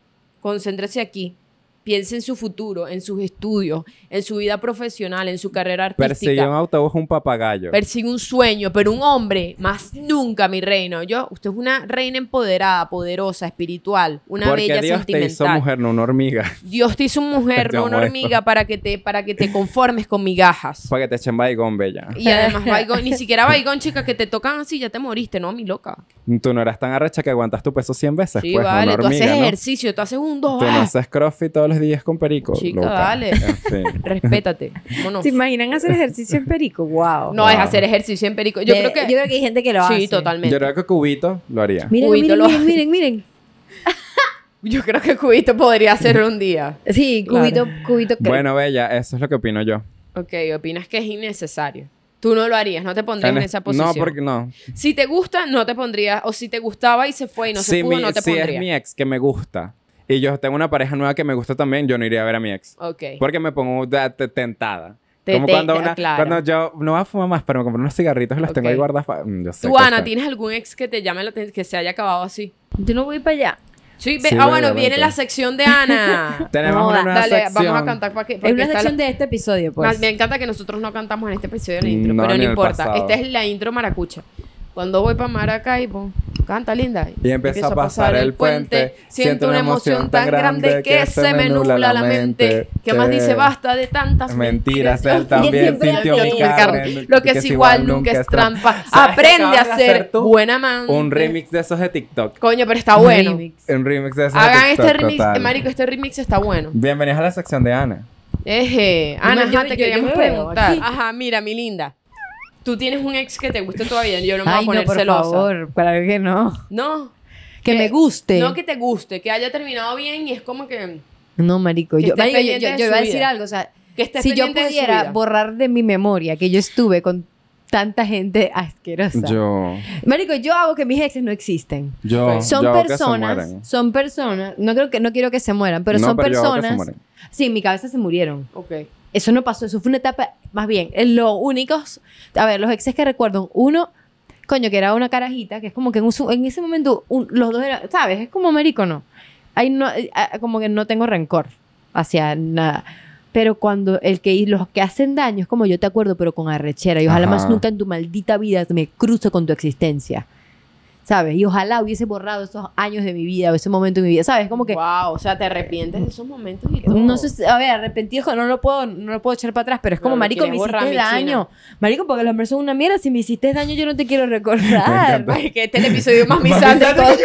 Speaker 1: Concéntrese aquí. Piense en su futuro, en sus estudios, en su vida profesional, en su carrera
Speaker 2: Persigue un
Speaker 1: artística.
Speaker 2: autobús un papagayo.
Speaker 1: Persigue un sueño, pero un hombre, más nunca, mi reino. Yo, usted es una reina empoderada, poderosa, espiritual, una
Speaker 2: Porque
Speaker 1: bella
Speaker 2: Dios te
Speaker 1: sentimental.
Speaker 2: hizo mujer, no una hormiga.
Speaker 1: Dios te hizo mujer,
Speaker 2: Te
Speaker 1: no una
Speaker 2: amo
Speaker 1: hormiga, para que, te, para que te conformes con migajas.
Speaker 2: Para que te echen baigón, bella.
Speaker 1: Y además, Baigón, ni siquiera Baigón, chica, que te tocan así, ya te moriste, ¿no? Mi loca.
Speaker 2: Tú no eras tan arrecha que aguantas tu peso 100 veces.
Speaker 1: Sí,
Speaker 2: pues, no una
Speaker 1: vale, tú
Speaker 2: hormiga,
Speaker 1: haces
Speaker 2: ¿no?
Speaker 1: ejercicio, tú haces un dos.
Speaker 2: Tú no
Speaker 1: ¡ah!
Speaker 2: haces crossfit todos los días con perico.
Speaker 1: Chica,
Speaker 2: loca.
Speaker 1: dale.
Speaker 2: En fin.
Speaker 1: Respétate. Vámonos.
Speaker 4: ¿Se imaginan hacer ejercicio en perico? ¡Wow!
Speaker 1: No, es hacer ejercicio en perico. Yo
Speaker 4: De-
Speaker 1: creo que.
Speaker 4: yo creo que hay gente que lo hace.
Speaker 1: sí, totalmente.
Speaker 2: Yo creo que Cubito lo haría.
Speaker 3: Miren,
Speaker 1: Uy, te
Speaker 3: miren,
Speaker 1: lo-
Speaker 3: miren, miren, miren.
Speaker 1: Yo creo que Cubito podría hacerlo un día.
Speaker 3: Sí, cubito, cubito. creo.
Speaker 2: Bueno, bella, eso es lo que opino yo.
Speaker 1: Ok, opinas que es innecesario. Tú no lo harías, no te pondrías en,
Speaker 2: En-
Speaker 1: esa posición.
Speaker 2: No, porque no.
Speaker 1: Si te gusta, no te pondrías. O si te gustaba y se fue y no se
Speaker 2: si
Speaker 1: pudo,
Speaker 2: mi-
Speaker 1: no te
Speaker 2: si es
Speaker 1: pondrías.
Speaker 2: mi ex que me gusta y yo tengo una pareja nueva que me gusta también, yo no iría a ver a mi ex.
Speaker 1: Ok.
Speaker 2: Porque me pongo da- te- tentada.
Speaker 1: Te
Speaker 2: Como cuando,
Speaker 1: tenta,
Speaker 2: una,
Speaker 1: claro.
Speaker 2: cuando yo no voy a fumar más, pero me compré unos cigarritos y los tengo ahí
Speaker 1: Ok.
Speaker 2: guardados. pa- mm, Yo sé
Speaker 1: Tú,
Speaker 2: que
Speaker 1: Ana,
Speaker 2: está-
Speaker 1: ¿tienes algún ex que te llame la atención que se haya acabado así?
Speaker 4: Yo no voy para allá.
Speaker 1: Sí, ve-
Speaker 2: Sí,
Speaker 1: ah, bueno,
Speaker 2: verdaderamente.
Speaker 1: viene la sección de Ana.
Speaker 2: Tenemos
Speaker 4: No,
Speaker 2: una
Speaker 4: da-
Speaker 2: nueva
Speaker 1: Dale,
Speaker 2: sección.
Speaker 1: vamos a cantar para que.
Speaker 4: Es
Speaker 1: porque
Speaker 4: una
Speaker 1: está
Speaker 4: sección
Speaker 1: la-
Speaker 4: de este episodio, pues.
Speaker 1: Más- Me encanta que nosotros no cantamos en este episodio de la
Speaker 2: Mm,
Speaker 1: intro,
Speaker 2: no,
Speaker 1: pero
Speaker 2: ni
Speaker 1: no
Speaker 2: en el
Speaker 1: importa.
Speaker 2: pasado.
Speaker 1: Esta es la intro maracucha. Cuando voy para Maracaibo, canta linda.
Speaker 2: Y empezó a pasar el puente.
Speaker 1: Siento una emoción tan grande que se me nubla la mente. ¿Qué más dice? Basta de tantas
Speaker 2: Mentiras,
Speaker 1: mentiras.
Speaker 2: él también
Speaker 4: siempre
Speaker 2: sintió
Speaker 4: hace
Speaker 2: mi
Speaker 4: lo
Speaker 2: carne.
Speaker 1: Lo que es igual nunca es trampa.
Speaker 2: ¿Sabes qué
Speaker 1: Aprende a
Speaker 2: acabas de hacer
Speaker 1: ser
Speaker 2: tú?
Speaker 1: buena man.
Speaker 2: Un remix de esos de TikTok.
Speaker 1: Coño, pero está ah, bueno.
Speaker 3: Remix.
Speaker 2: Un remix de esos
Speaker 1: Hagan
Speaker 2: de TikTok.
Speaker 1: este remix,
Speaker 2: total.
Speaker 1: eh, marico, este remix está bueno.
Speaker 2: Bienvenidos a la sección de Ana.
Speaker 1: Eje, Ana,
Speaker 4: me- yo
Speaker 1: ajá,
Speaker 4: me-
Speaker 1: te
Speaker 4: yo- yo
Speaker 1: queríamos
Speaker 4: me veo
Speaker 1: preguntar.
Speaker 4: aquí.
Speaker 1: Ajá, mira, mi linda. Tú tienes un ex que te guste todavía, yo no me voy
Speaker 3: Ay,
Speaker 1: a
Speaker 3: no,
Speaker 1: poner
Speaker 3: por
Speaker 1: celosa.
Speaker 3: favor, para que no.
Speaker 1: No,
Speaker 3: Que
Speaker 1: Que-
Speaker 3: me guste.
Speaker 1: no que te guste, que haya terminado bien y es como que,
Speaker 3: No, marico,
Speaker 1: Que
Speaker 3: yo,
Speaker 1: estés
Speaker 3: marico, yo,
Speaker 1: pendiente
Speaker 3: yo-
Speaker 1: de
Speaker 3: yo
Speaker 1: su
Speaker 3: iba a decir
Speaker 1: vida.
Speaker 3: algo, o sea,
Speaker 1: que estés
Speaker 3: si yo
Speaker 1: pendiente de su
Speaker 3: pudiera
Speaker 1: vida.
Speaker 3: borrar de mi memoria que yo estuve con tanta gente asquerosa.
Speaker 2: Yo,
Speaker 3: Marico, yo hago que mis exes no existen.
Speaker 2: yo,
Speaker 3: Son
Speaker 2: yo hago que se
Speaker 3: personas,
Speaker 2: mueran.
Speaker 3: son personas, no creo que no quiero que se mueran, pero
Speaker 2: No,
Speaker 3: son
Speaker 2: yo hago que se
Speaker 3: personas.
Speaker 2: mueran.
Speaker 3: sí, en mi cabeza se murieron.
Speaker 1: Ok.
Speaker 3: Eso no pasó, eso fue una etapa, más bien, eh, los únicos, a ver, los exes que recuerdo, uno, coño, que era una carajita, que es como que en, un su- en ese momento un- los dos eran, ¿sabes? Es como marico, ¿no? Ahí no, eh, ah, como que no tengo rencor hacia nada. Pero cuando el que y los que hacen daño es como yo te acuerdo, pero con arrechera. Y ojalá
Speaker 2: Ajá.
Speaker 3: más nunca en tu maldita vida me cruce con tu existencia. ¿Sabes? Y ojalá hubiese borrado esos años de mi vida o ese momento de mi vida. ¿Sabes? Como que
Speaker 1: Wow, o sea, te arrepientes de esos momentos y todo.
Speaker 3: no sé, si- a ver, arrepentido, no lo puedo, no lo puedo echar para atrás, pero es
Speaker 1: Pero
Speaker 3: como,
Speaker 1: lo
Speaker 3: marico, me
Speaker 1: quieres borrar,
Speaker 3: hiciste
Speaker 1: mi china.
Speaker 3: daño. Marico, porque los hombres son una mierda, si me hiciste daño yo no te quiero recordar.
Speaker 2: encanta.
Speaker 1: Ay, que este es el episodio más misántropo.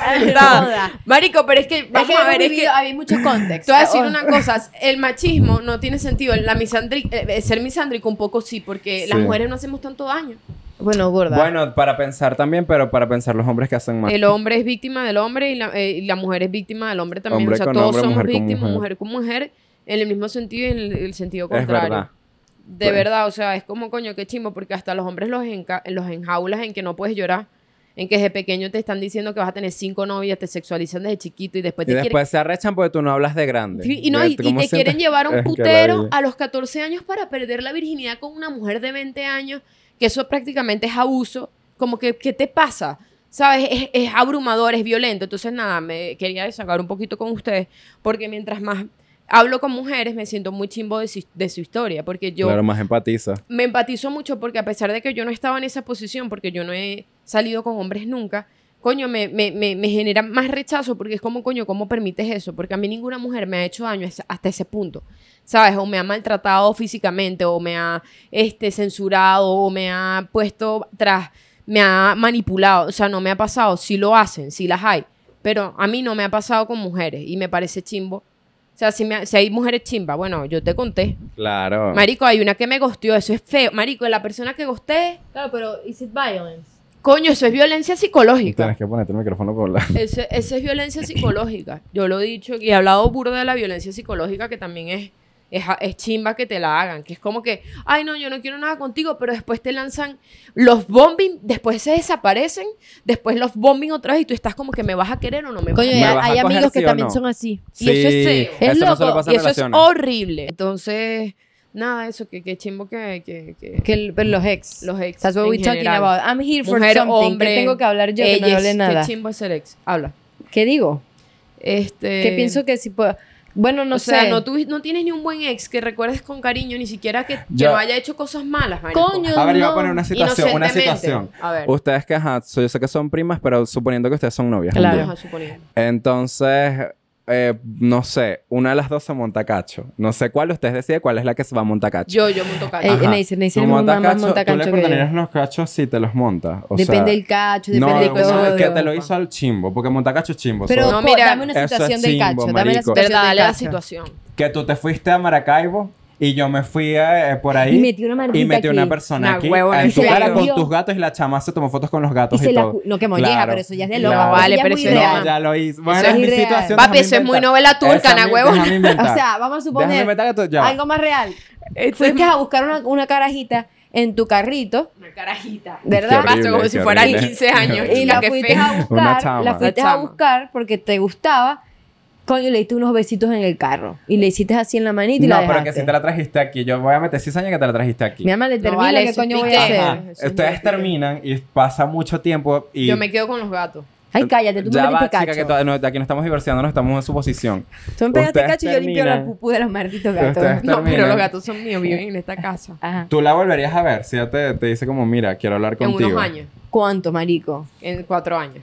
Speaker 3: Ay,
Speaker 1: Está.
Speaker 3: joda.
Speaker 1: Marico, pero es que, vamos
Speaker 3: Es que
Speaker 1: a ver,
Speaker 3: hemos
Speaker 1: es que...
Speaker 3: vivido- había muchos contextos.
Speaker 1: Te voy a decir
Speaker 3: oh.
Speaker 1: una cosa, el machismo no tiene sentido, la misandri- eh, ser misándrico un poco sí, porque las
Speaker 2: Sí.
Speaker 1: mujeres no hacemos tanto daño.
Speaker 3: Bueno, gorda.
Speaker 2: Bueno, para pensar también, pero para pensar los hombres que hacen más.
Speaker 1: El hombre es víctima del hombre y la, eh, y la mujer es víctima del hombre también.
Speaker 2: Hombre
Speaker 1: o sea,
Speaker 2: con
Speaker 1: todos
Speaker 2: hombre,
Speaker 1: somos
Speaker 2: mujer con
Speaker 1: víctimas,
Speaker 2: mujer.
Speaker 1: mujer con mujer, en el mismo sentido y en el, el sentido
Speaker 2: Es
Speaker 1: contrario.
Speaker 2: verdad.
Speaker 1: De
Speaker 2: Pues.
Speaker 1: verdad, o sea, es como coño, qué chimbo, porque hasta los hombres los, enca- los enjaulas en que no puedes llorar, en que desde pequeño te están diciendo que vas a tener cinco novias, te sexualizan desde chiquito y después Pues
Speaker 2: Y
Speaker 1: te quieren...
Speaker 2: después se arrechan porque tú no hablas de grande.
Speaker 1: Sí, y, no,
Speaker 2: De-
Speaker 1: y, y
Speaker 2: ¿cómo
Speaker 1: te
Speaker 2: sientes?
Speaker 1: quieren llevar a
Speaker 2: Es
Speaker 1: un
Speaker 2: que la
Speaker 1: putero
Speaker 2: vida.
Speaker 1: a los 14 años para perder la virginidad con una mujer de 20 años, que eso prácticamente es abuso. Como que, ¿qué te pasa? ¿Sabes? Es, es abrumador, es violento. Entonces, nada, me quería desahogar un poquito con ustedes, porque mientras más hablo con mujeres, me siento muy chimbo de su, de su historia, porque yo
Speaker 2: Claro, más empatiza.
Speaker 1: me empatizo mucho porque a pesar de que yo no estaba en esa posición, porque yo no he salido con hombres nunca, coño, me, me, me, me genera más rechazo porque es como, coño, ¿cómo permites eso? Porque a mí ninguna mujer me ha hecho daño es- hasta ese punto, ¿sabes? O me ha maltratado físicamente, o me ha este, censurado, o me ha puesto tras, me ha manipulado, o sea, no me ha pasado, sí lo hacen, sí las hay, pero a mí no me ha pasado con mujeres y me parece chimbo. O sea, si, me ha- si hay mujeres chimba, bueno, yo te conté,
Speaker 2: Claro.
Speaker 1: Marico, hay una que me gosteó, eso es feo. Marico, la persona que gosté,
Speaker 3: Claro, pero ¿is it violence?
Speaker 1: coño, eso es violencia
Speaker 2: Tienes
Speaker 1: psicológica.
Speaker 2: que ponerte el micrófono por la.
Speaker 1: Eso, eso es violencia psicológica. Yo lo he dicho y he hablado burro de la violencia psicológica que también es, es, es chimba que te la hagan. Que es como que, ay, no, yo no quiero nada contigo, pero después te lanzan los bombing, después se desaparecen, después los bombing otra vez y tú estás como que me vas a querer o no me vas a
Speaker 3: Coño,
Speaker 2: ¿Me
Speaker 3: hay,
Speaker 2: vas a
Speaker 3: hay
Speaker 2: coger
Speaker 3: amigos
Speaker 2: sí
Speaker 3: que
Speaker 2: o
Speaker 3: también
Speaker 2: no?
Speaker 3: son así.
Speaker 1: Y eso es feo.
Speaker 2: eso
Speaker 3: Es
Speaker 2: no solo
Speaker 3: loco,
Speaker 2: pasa
Speaker 1: Y
Speaker 2: en
Speaker 1: eso es
Speaker 2: relaciones.
Speaker 1: horrible. Entonces, nada, eso, que, que chimbo que, que, que-
Speaker 3: Que el- pero los ex.
Speaker 1: los ex.
Speaker 3: That's what
Speaker 1: en
Speaker 3: we talking
Speaker 1: general.
Speaker 3: about. I'm here for
Speaker 1: Mujer,
Speaker 3: something.
Speaker 1: hombre,
Speaker 3: que tengo que hablar yo que no
Speaker 1: ellas,
Speaker 3: hable nada.
Speaker 1: Qué chimbo es el ex. Habla.
Speaker 3: ¿Qué digo?
Speaker 1: Este,
Speaker 3: Que pienso que si puedo... Bueno, Eh, no
Speaker 1: o
Speaker 3: sé.
Speaker 1: sea, no, tuvi- no tienes ni un buen ex que recuerdes con cariño, ni siquiera que, que
Speaker 2: Yo-
Speaker 1: no haya hecho cosas malas, marico.
Speaker 3: Coño,
Speaker 2: A ver, yo voy a
Speaker 3: no.
Speaker 2: poner una situación. Una
Speaker 1: Inocentemente.
Speaker 2: situación.
Speaker 1: A ver.
Speaker 2: Ustedes que, ajá, so- yo sé que son primas, pero suponiendo que ustedes son novias. un
Speaker 3: Claro.
Speaker 2: día.
Speaker 1: Ajá, suponiendo.
Speaker 2: Entonces, eh, no sé, una de las dos se monta cacho. No sé cuál ustedes deciden cuál es la que se va a montar cacho.
Speaker 1: Yo, yo monto cacho.
Speaker 3: Ey,
Speaker 2: Ajá.
Speaker 3: eh, Neisser, Neisser
Speaker 2: Tú
Speaker 3: es
Speaker 2: montas
Speaker 3: más- más
Speaker 2: cacho,
Speaker 3: montacacho
Speaker 2: Tú le
Speaker 3: que
Speaker 2: perdonarías los cachos si te los montas. O sea,
Speaker 3: Depende del cacho,
Speaker 2: no,
Speaker 3: depende
Speaker 2: no,
Speaker 3: de
Speaker 2: no,
Speaker 3: todo.
Speaker 2: que te lo hizo al chimbo, porque montacacho es chimbo.
Speaker 3: Pero
Speaker 2: so-
Speaker 1: No,
Speaker 3: no,
Speaker 1: mira,
Speaker 3: dame una
Speaker 2: eso es
Speaker 3: situación del
Speaker 2: chimbo,
Speaker 3: cacho. Dame
Speaker 2: marico.
Speaker 3: la situación
Speaker 1: ¿Verdad?
Speaker 3: del
Speaker 1: Dale la
Speaker 3: cacho.
Speaker 1: situación.
Speaker 2: que tú te fuiste a Maracaibo y yo me fui eh, por ahí
Speaker 3: Y metí una maldita
Speaker 2: y metí una
Speaker 3: aquí.
Speaker 2: persona
Speaker 1: Una
Speaker 2: aquí
Speaker 1: huevona,
Speaker 2: en
Speaker 1: y
Speaker 2: tu
Speaker 3: se la
Speaker 2: cara con
Speaker 3: dio.
Speaker 2: tus gatos y la chama se tomó fotos con los
Speaker 3: Y
Speaker 2: gatos y,
Speaker 3: se la
Speaker 2: todo.
Speaker 3: ju- no, que molleja,
Speaker 2: Claro.
Speaker 3: pero eso ya es de
Speaker 2: Claro.
Speaker 3: loco.
Speaker 1: No, vale,
Speaker 3: ya
Speaker 1: pero
Speaker 3: muy
Speaker 1: eso es
Speaker 3: real.
Speaker 2: No, ya lo hice. Bueno,
Speaker 3: Eso
Speaker 2: es
Speaker 3: es
Speaker 2: mi
Speaker 3: irreal.
Speaker 2: situación.
Speaker 1: Papi,
Speaker 2: déjame
Speaker 1: eso es muy
Speaker 2: inventar.
Speaker 1: novela turca,
Speaker 2: Déjame-
Speaker 1: na huevona.
Speaker 2: déjame inventar.
Speaker 3: O sea, vamos a
Speaker 2: Déjame
Speaker 3: suponer
Speaker 2: inventar que tú- ya va.
Speaker 3: algo más real.
Speaker 1: Esto
Speaker 3: Fuiste a buscar una, una carajita en tu carrito,
Speaker 1: una carajita.
Speaker 3: ¿verdad?
Speaker 2: Qué horrible,
Speaker 1: Paso, como si
Speaker 2: qué
Speaker 1: fuera
Speaker 2: horrible.
Speaker 1: 15 años.
Speaker 3: Y
Speaker 1: chica,
Speaker 3: la
Speaker 1: qué
Speaker 3: fuiste
Speaker 1: feo.
Speaker 3: a
Speaker 2: Una
Speaker 3: buscar,
Speaker 2: chama.
Speaker 3: la fuiste
Speaker 1: Una
Speaker 3: a
Speaker 1: chama.
Speaker 3: buscar porque te gustaba. Coño, le diste unos besitos en el carro. Y le hiciste así en la manita y
Speaker 2: No,
Speaker 3: la
Speaker 2: pero
Speaker 3: dejaste.
Speaker 2: que si te la trajiste aquí, yo voy a meter cizaña que te la trajiste aquí.
Speaker 3: Mi mamá le termina,
Speaker 1: vale,
Speaker 3: ¿qué
Speaker 1: eso es
Speaker 3: coño voy a
Speaker 1: pique.
Speaker 3: hacer?
Speaker 2: Ajá.
Speaker 1: Eso es
Speaker 2: Ustedes
Speaker 1: muy
Speaker 2: terminan y pasa mucho tiempo y
Speaker 1: Yo me quedo con los gatos.
Speaker 3: Ay, cállate, tú me
Speaker 2: ya va,
Speaker 3: metiste
Speaker 2: chica, que
Speaker 3: cacho.
Speaker 2: todavía no- aquí no estamos divorciando, no estamos en su posición.
Speaker 3: Tú me pegaste
Speaker 2: Ustedes
Speaker 3: cacho y yo limpio la
Speaker 2: terminan.
Speaker 3: pupú de los malditos gatos.
Speaker 2: Ustedes-
Speaker 1: No, pero
Speaker 2: Terminan.
Speaker 1: los gatos son míos, viven en esta casa.
Speaker 3: Ajá.
Speaker 2: Tú la volverías a ver, si ella te, te dice como, mira, quiero hablar
Speaker 1: En
Speaker 2: contigo.
Speaker 1: unos años.
Speaker 4: ¿Cuánto, marico?
Speaker 1: en cuatro años.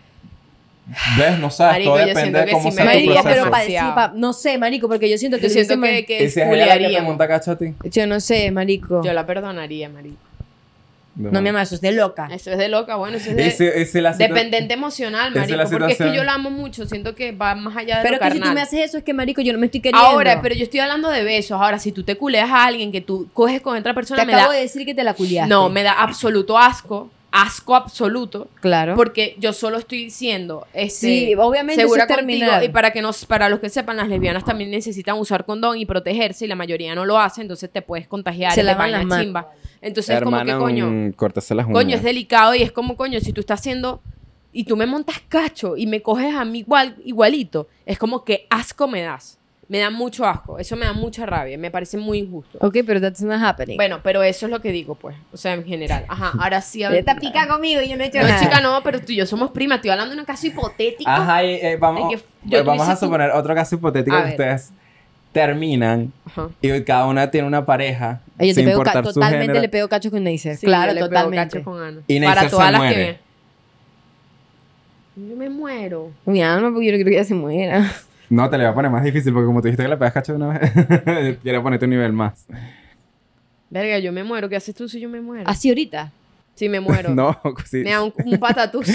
Speaker 2: ¿Ves? No sabes,
Speaker 1: Marico,
Speaker 2: todo
Speaker 1: yo
Speaker 2: depende
Speaker 1: siento
Speaker 2: de
Speaker 1: que
Speaker 2: cómo
Speaker 1: si
Speaker 2: sea
Speaker 1: me-
Speaker 2: tu
Speaker 4: Marico,
Speaker 2: proceso.
Speaker 4: pero
Speaker 1: Demasiado.
Speaker 4: participa. No sé, marico, porque yo siento que
Speaker 1: Yo
Speaker 4: si
Speaker 1: siento
Speaker 4: hubiésemos-
Speaker 1: que, que
Speaker 2: ¿Y si es ella la que te
Speaker 1: culiaríamos.
Speaker 2: monta cacho a ti?
Speaker 4: Yo no sé, marico.
Speaker 1: Yo la perdonaría, marico.
Speaker 4: No, mi mamá, eso es de
Speaker 3: Ah.
Speaker 4: loca.
Speaker 1: Eso es de loca, bueno, eso es
Speaker 2: ¿Y
Speaker 1: de...
Speaker 2: si, y si la situ-
Speaker 1: Dependente emocional,
Speaker 2: Esa es
Speaker 1: marico,
Speaker 2: la
Speaker 1: porque es que
Speaker 2: situación.
Speaker 1: yo la amo mucho, siento que va más allá de
Speaker 4: Pero
Speaker 1: lo
Speaker 4: que si tú
Speaker 1: carnal.
Speaker 4: me haces eso, es que, marico, yo no me estoy queriendo.
Speaker 1: Ahora, pero yo estoy hablando de besos. Ahora, si tú te culeas a alguien que tú coges con otra
Speaker 4: Te
Speaker 1: persona, me
Speaker 4: acabo
Speaker 1: da,
Speaker 4: de decir que te la culiaste.
Speaker 1: no, me da absoluto asco, asco absoluto,
Speaker 4: Claro.
Speaker 1: porque yo solo estoy diciendo, este,
Speaker 4: Sí, obviamente eso
Speaker 1: segura
Speaker 4: es terminar.
Speaker 1: contigo y para que nos, para los que sepan, las lesbianas también necesitan usar condón y protegerse y la mayoría no lo hace, entonces te puedes contagiar,
Speaker 4: Se
Speaker 1: te
Speaker 4: lavan
Speaker 1: vaina
Speaker 4: las manos.
Speaker 1: chimba. Entonces
Speaker 2: Hermana,
Speaker 1: es como que coño,
Speaker 2: un- córtese las uñas.
Speaker 1: coño, es delicado y es como, coño, si tú estás haciendo y tú me montas cacho y me coges a mí igual, igualito, es como que asco me das. Me da mucho asco, eso me da mucha rabia, me parece muy injusto.
Speaker 3: Ok, pero that's not happening.
Speaker 1: Bueno, pero eso es lo que digo, pues, o sea, en general. Ajá, ahora sí. a ver-
Speaker 3: Esta pica conmigo y yo Eh, no he hecho
Speaker 1: No,
Speaker 3: nada.
Speaker 1: chica, no, pero tú y yo somos primas, estoy hablando de un caso hipotético.
Speaker 2: Ajá, y, eh, vamos,
Speaker 1: Ay, que- yo
Speaker 2: eh, vamos a
Speaker 1: hubiese-
Speaker 2: suponer otro caso hipotético
Speaker 1: A
Speaker 2: que
Speaker 1: ver.
Speaker 2: ustedes terminan
Speaker 1: Ajá.
Speaker 2: y cada una tiene una pareja.
Speaker 3: Ay, yo te
Speaker 2: sin
Speaker 3: pego ca-
Speaker 2: importar su
Speaker 3: totalmente
Speaker 2: género.
Speaker 3: le pego cacho con Neisser.
Speaker 1: Sí,
Speaker 3: claro,
Speaker 1: yo le pego
Speaker 3: totalmente.
Speaker 1: cacho con Ana. Para
Speaker 2: Y Neisser se
Speaker 1: todas las que
Speaker 2: muere.
Speaker 1: ven. Yo me muero.
Speaker 3: Mi alma, porque yo no quiero que ella se muera.
Speaker 2: No, te le va a poner más difícil porque como tú dijiste que le pegas cacho de una vez, quiere ponerte un nivel más.
Speaker 1: Verga, yo me muero. ¿Qué haces tú si yo me muero?
Speaker 3: Así ahorita.
Speaker 1: Sí, me muero.
Speaker 2: No, sí.
Speaker 1: Me da un, un patatús.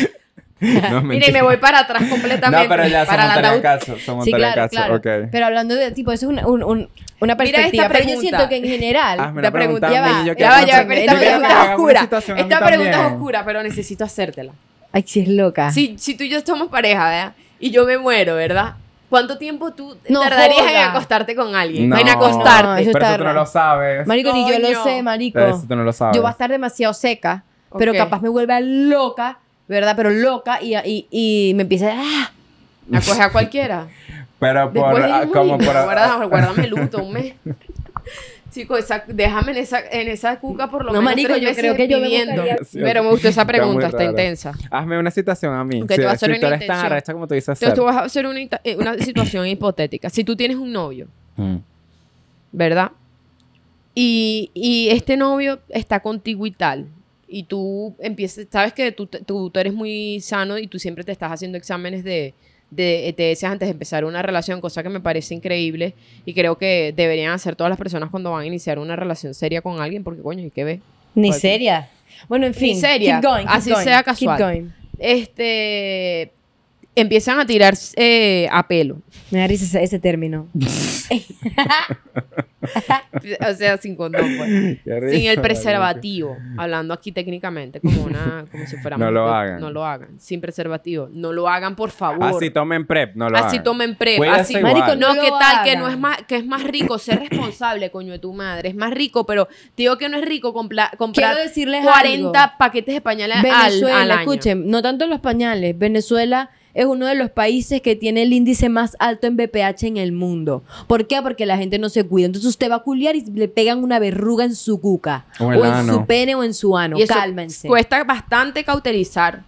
Speaker 2: no,
Speaker 1: Mira, y me voy para atrás completamente.
Speaker 2: No, pero ya se
Speaker 1: para la
Speaker 2: montaría cacho. Se montaría
Speaker 3: claro,
Speaker 2: cacho,
Speaker 3: claro.
Speaker 2: ok.
Speaker 3: Pero hablando de, tipo, eso es una, un- un-
Speaker 1: Mira
Speaker 3: una
Speaker 1: esta
Speaker 3: perspectiva. pero yo
Speaker 1: pregunta.
Speaker 3: siento que en general...
Speaker 2: Hazme
Speaker 1: la
Speaker 2: una pregunta
Speaker 1: pregunta-
Speaker 2: a mí, yo
Speaker 3: ya va,
Speaker 1: Ya
Speaker 2: quiero
Speaker 1: va, ya va,
Speaker 2: conocer-
Speaker 1: pero
Speaker 2: yo
Speaker 1: esta
Speaker 2: quiero que
Speaker 1: pregunta es
Speaker 2: hagamos una
Speaker 1: oscura.
Speaker 2: situación a mí
Speaker 1: Esta pregunta es
Speaker 2: también.
Speaker 1: oscura, pero necesito hacértela.
Speaker 3: Ay, si es loca.
Speaker 1: Si, si tú y yo somos pareja, ¿verdad? Y yo me muero, ¿verdad? ¿cuánto tiempo tú
Speaker 3: No
Speaker 1: tardarías en
Speaker 3: joda.
Speaker 1: acostarte con alguien?
Speaker 2: No,
Speaker 1: en
Speaker 3: No,
Speaker 1: acostarte.
Speaker 3: eso
Speaker 2: Pero
Speaker 3: está
Speaker 2: eso tú no
Speaker 3: raro.
Speaker 2: lo sabes.
Speaker 3: Marico, ni yo
Speaker 1: Coño.
Speaker 3: lo sé, marico.
Speaker 2: Eso tú no lo sabes.
Speaker 3: Yo voy a estar demasiado seca, pero
Speaker 1: Ok.
Speaker 3: capaz me vuelva loca, ¿verdad? Pero loca y, y, y me empieza ¡ah!
Speaker 1: A coger a cualquiera.
Speaker 2: Pero por...
Speaker 1: Después de
Speaker 2: ah,
Speaker 1: morir,
Speaker 2: como por...
Speaker 1: guarda- guárdame luto un mes. Chico, esa- déjame en esa, en esa cuca por lo
Speaker 3: No,
Speaker 1: menos
Speaker 3: marico,
Speaker 1: tres
Speaker 3: yo
Speaker 1: meses
Speaker 3: creo que yo me
Speaker 1: viviendo.
Speaker 3: buscaría-
Speaker 2: Sí,
Speaker 1: Pero me gustó esa
Speaker 2: está muy
Speaker 1: pregunta, está,
Speaker 2: raro.
Speaker 1: intensa.
Speaker 2: Hazme una citación a mí.
Speaker 1: Ok, te
Speaker 2: si
Speaker 1: voy a hacer
Speaker 2: si
Speaker 1: una
Speaker 2: tú eres tan
Speaker 1: intención.
Speaker 2: arrecha como tú dices
Speaker 1: Entonces
Speaker 2: hacer.
Speaker 1: tú vas a hacer una, int- eh, una situación hipotética. Si tú tienes un novio,
Speaker 2: Mm.
Speaker 1: ¿verdad? Y, y este novio está contigo y tal. Y tú empiezas, sabes que tú, te- tú, tú eres muy sano y tú siempre te estás haciendo exámenes de, de ETS antes de empezar una relación, cosa que me parece increíble y creo que deberían hacer todas las personas cuando van a iniciar una relación seria con alguien, porque coño, ¿y qué ves?
Speaker 4: Ni
Speaker 1: Cualquier-
Speaker 4: seria. Bueno, en fin.
Speaker 1: seria.
Speaker 4: Keep going, keep
Speaker 1: Así
Speaker 4: going,
Speaker 1: sea
Speaker 4: keep
Speaker 1: casual.
Speaker 4: going.
Speaker 1: Este, empiezan a tirar eh, a pelo.
Speaker 4: Me da risa ese, ese término.
Speaker 1: O sea, sin condón, pues.
Speaker 2: Qué risa,
Speaker 1: sin el
Speaker 2: marico.
Speaker 1: preservativo. Hablando aquí técnicamente, como una, como si fuéramos.
Speaker 2: No lo hagan.
Speaker 1: No lo hagan. Sin preservativo. No lo hagan, por favor.
Speaker 2: Así tomen prep, no lo
Speaker 1: Así
Speaker 2: hagan.
Speaker 1: tomen prep.
Speaker 2: Cuídense
Speaker 1: Así,
Speaker 2: igual. Marico,
Speaker 1: no,
Speaker 4: no
Speaker 1: ¿qué
Speaker 4: lo
Speaker 1: tal? Que
Speaker 4: hagan.
Speaker 1: no es más, que es más rico ser responsable, coño de tu madre. Es más rico, pero te digo que no es rico compla- comprar
Speaker 4: Quiero decirles
Speaker 1: 40
Speaker 4: algo.
Speaker 1: paquetes de pañales al-
Speaker 4: Venezuela,
Speaker 1: al, año.
Speaker 4: escuchen, no tanto los pañales. Venezuela es uno de los países que tiene el índice más alto en BPH en el mundo. ¿Por qué? Porque la gente no se cuida. Entonces usted va a culiar y le pegan una verruga en su cuca.
Speaker 2: O
Speaker 4: O,
Speaker 2: el
Speaker 4: en
Speaker 2: ano.
Speaker 4: su pene o en su ano.
Speaker 1: Y eso
Speaker 4: Cálmense.
Speaker 1: Cuesta bastante cauterizar.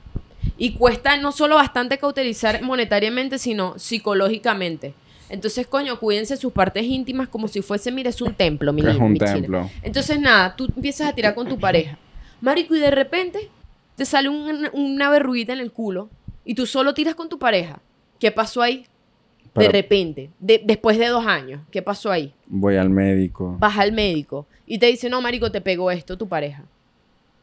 Speaker 1: Y cuesta no solo bastante cauterizar monetariamente, sino psicológicamente. Entonces, coño, cuídense sus partes íntimas como si fuese, mira, es un templo, mi
Speaker 2: Es
Speaker 1: niña,
Speaker 2: un
Speaker 1: mi china.
Speaker 2: templo.
Speaker 1: Entonces, nada, tú empiezas a tirar con tu pareja. Marico, y de repente te sale un- una verruguita en el culo y tú solo tiras con tu pareja. ¿Qué pasó ahí?
Speaker 2: Pero-
Speaker 1: de repente, de- después de dos años, ¿qué pasó ahí?
Speaker 2: Voy al médico.
Speaker 1: Vas al médico y te dice, no, marico, te pegó esto tu pareja.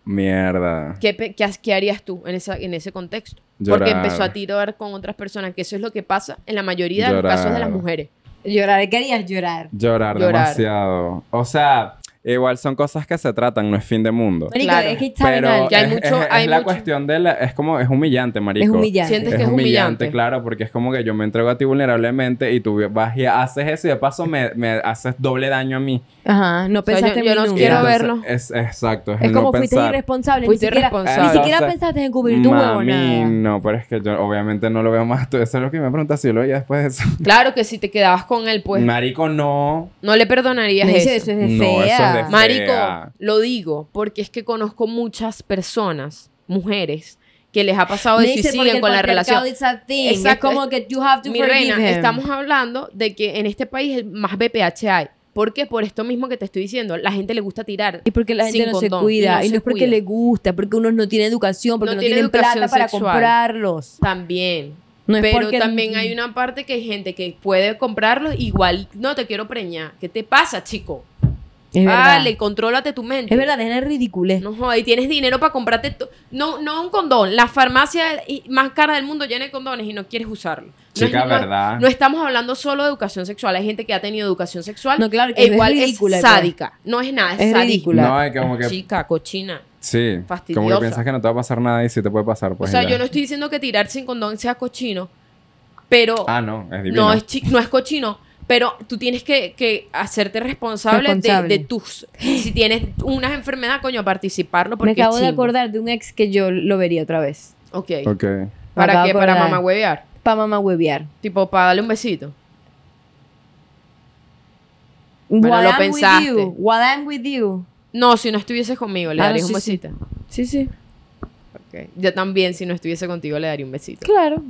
Speaker 2: Mierda.
Speaker 1: ¿Qué, pe- qué has- qué harías tú en, esa, en ese contexto? Porque
Speaker 2: Llorar.
Speaker 1: empezó a tirar con otras personas, que eso es lo que pasa en la mayoría de los
Speaker 2: Llorar.
Speaker 1: casos de las mujeres.
Speaker 3: Llorar, ¿qué harías llorar?
Speaker 2: Llorar,
Speaker 1: Llorar.
Speaker 2: demasiado. O sea, igual son cosas que se tratan, no es fin de mundo.
Speaker 4: Marico,
Speaker 1: Claro.
Speaker 4: es que está bien
Speaker 2: Pero
Speaker 4: alto.
Speaker 1: que hay
Speaker 2: es,
Speaker 1: mucho-
Speaker 2: es- es
Speaker 1: hay
Speaker 2: la
Speaker 1: mucho-
Speaker 2: cuestión de la, es como es humillante, marico.
Speaker 4: es humillante.
Speaker 1: Sientes que
Speaker 2: es
Speaker 1: es humillante.
Speaker 2: humillante, claro, porque es como que yo me entrego a ti vulnerablemente y tú vas y haces eso y de paso me, me haces doble daño a mí.
Speaker 4: Ajá, no
Speaker 1: sea, yo-
Speaker 4: pensaste
Speaker 1: yo
Speaker 4: en
Speaker 1: no
Speaker 4: mí nunca.
Speaker 1: Quiero
Speaker 2: Y entonces
Speaker 1: verlo.
Speaker 2: Es, exacto, es,
Speaker 4: Es
Speaker 2: el
Speaker 4: como
Speaker 2: no
Speaker 4: fuiste
Speaker 2: pensar.
Speaker 4: irresponsable.
Speaker 1: Fuiste
Speaker 4: ni siquiera,
Speaker 1: irresponsable.
Speaker 4: ni siquiera
Speaker 2: Entonces,
Speaker 4: pensaste en cubrir tu huevo
Speaker 2: Mami,
Speaker 4: nada.
Speaker 2: no, pero es que yo obviamente no lo veo más. Tú, eso es lo que me preguntas si yo lo veía después de eso.
Speaker 1: Claro que si te quedabas con él, pues
Speaker 2: Marico, no.
Speaker 1: no le perdonarías
Speaker 4: Me dice, eso
Speaker 1: eso.
Speaker 4: es de
Speaker 2: No, eso es de
Speaker 4: fea.
Speaker 2: fea.
Speaker 1: Marico,
Speaker 2: Fea.
Speaker 1: lo digo porque es que conozco muchas personas, mujeres, que les ha pasado de suicidio con la relación.
Speaker 4: Exacto.
Speaker 1: Exacto.
Speaker 4: Es como que you have to
Speaker 1: Mi
Speaker 4: forgive
Speaker 1: reina,
Speaker 4: him.
Speaker 1: estamos hablando de que en este país el más BPH hay. ¿Por qué? Por esto mismo que te estoy diciendo. La gente le gusta tirar.
Speaker 3: Y porque la gente
Speaker 1: sin
Speaker 3: no se
Speaker 1: condón,
Speaker 3: cuida. Y no,
Speaker 1: se
Speaker 3: es porque
Speaker 1: cuida.
Speaker 3: le gusta, porque unos no tienen educación, porque
Speaker 1: No
Speaker 3: no,
Speaker 1: tiene
Speaker 3: tienen plata
Speaker 1: educación
Speaker 3: para
Speaker 1: sexual.
Speaker 3: comprarlos.
Speaker 1: También.
Speaker 3: No es
Speaker 1: pero
Speaker 3: porque-
Speaker 1: también hay una parte que hay gente que puede comprarlos. Igual, no te quiero preñar. ¿Qué te pasa, chico?
Speaker 3: Es verdad.
Speaker 1: Vale, contrólate tu mente.
Speaker 3: Ah, Es verdad, dejen de ridiculez.
Speaker 1: No jodas, y tienes dinero para comprarte. to- No, no un condón. La farmacia i- más cara del mundo llena de condones y no quieres usarlo. No es-
Speaker 2: Chica,
Speaker 1: no-
Speaker 2: ¿verdad?
Speaker 1: No estamos hablando solo de educación sexual. Hay gente que ha tenido educación sexual.
Speaker 3: No, claro, que
Speaker 1: e
Speaker 3: es
Speaker 1: igual es,
Speaker 3: ridícula, pues.
Speaker 1: sádica. No es nada, es,
Speaker 3: Es
Speaker 1: sádica.
Speaker 3: ridícula.
Speaker 2: No, es como que.
Speaker 1: Chica, cochina.
Speaker 2: Sí. Como que
Speaker 1: Fastidiosa.
Speaker 2: piensas que no te va a pasar nada y sí te puede pasar.
Speaker 1: O
Speaker 2: Pues,
Speaker 1: sea,
Speaker 2: y ya.
Speaker 1: yo no estoy diciendo que tirar sin condón sea cochino, pero
Speaker 2: Ah, no, es divino.
Speaker 1: no, es chi- no es cochino. Pero tú tienes que, que hacerte responsable, de-
Speaker 3: Responsable.
Speaker 1: De, tus... Si tienes una enfermedad, coño, participarlo porque
Speaker 3: Me acabo de
Speaker 1: chimbo.
Speaker 3: acordar de un ex que yo lo vería otra vez.
Speaker 1: Ok.
Speaker 2: Ok.
Speaker 1: ¿Para
Speaker 3: acabo
Speaker 1: qué?
Speaker 3: de
Speaker 1: Para
Speaker 3: acordar.
Speaker 1: mamá huevear.
Speaker 3: Pa' mamá huevear.
Speaker 1: Tipo, para darle un besito.
Speaker 3: What
Speaker 1: lo
Speaker 3: I'm
Speaker 1: pensaste.
Speaker 3: with you. What I'm with you.
Speaker 1: No, si no estuvieses conmigo, le
Speaker 3: Ah, no,
Speaker 1: darías un
Speaker 3: sí, sí.
Speaker 1: besito.
Speaker 3: Sí, sí.
Speaker 1: Ok. Yo también, si no estuviese contigo, le daría un besito.
Speaker 3: Claro.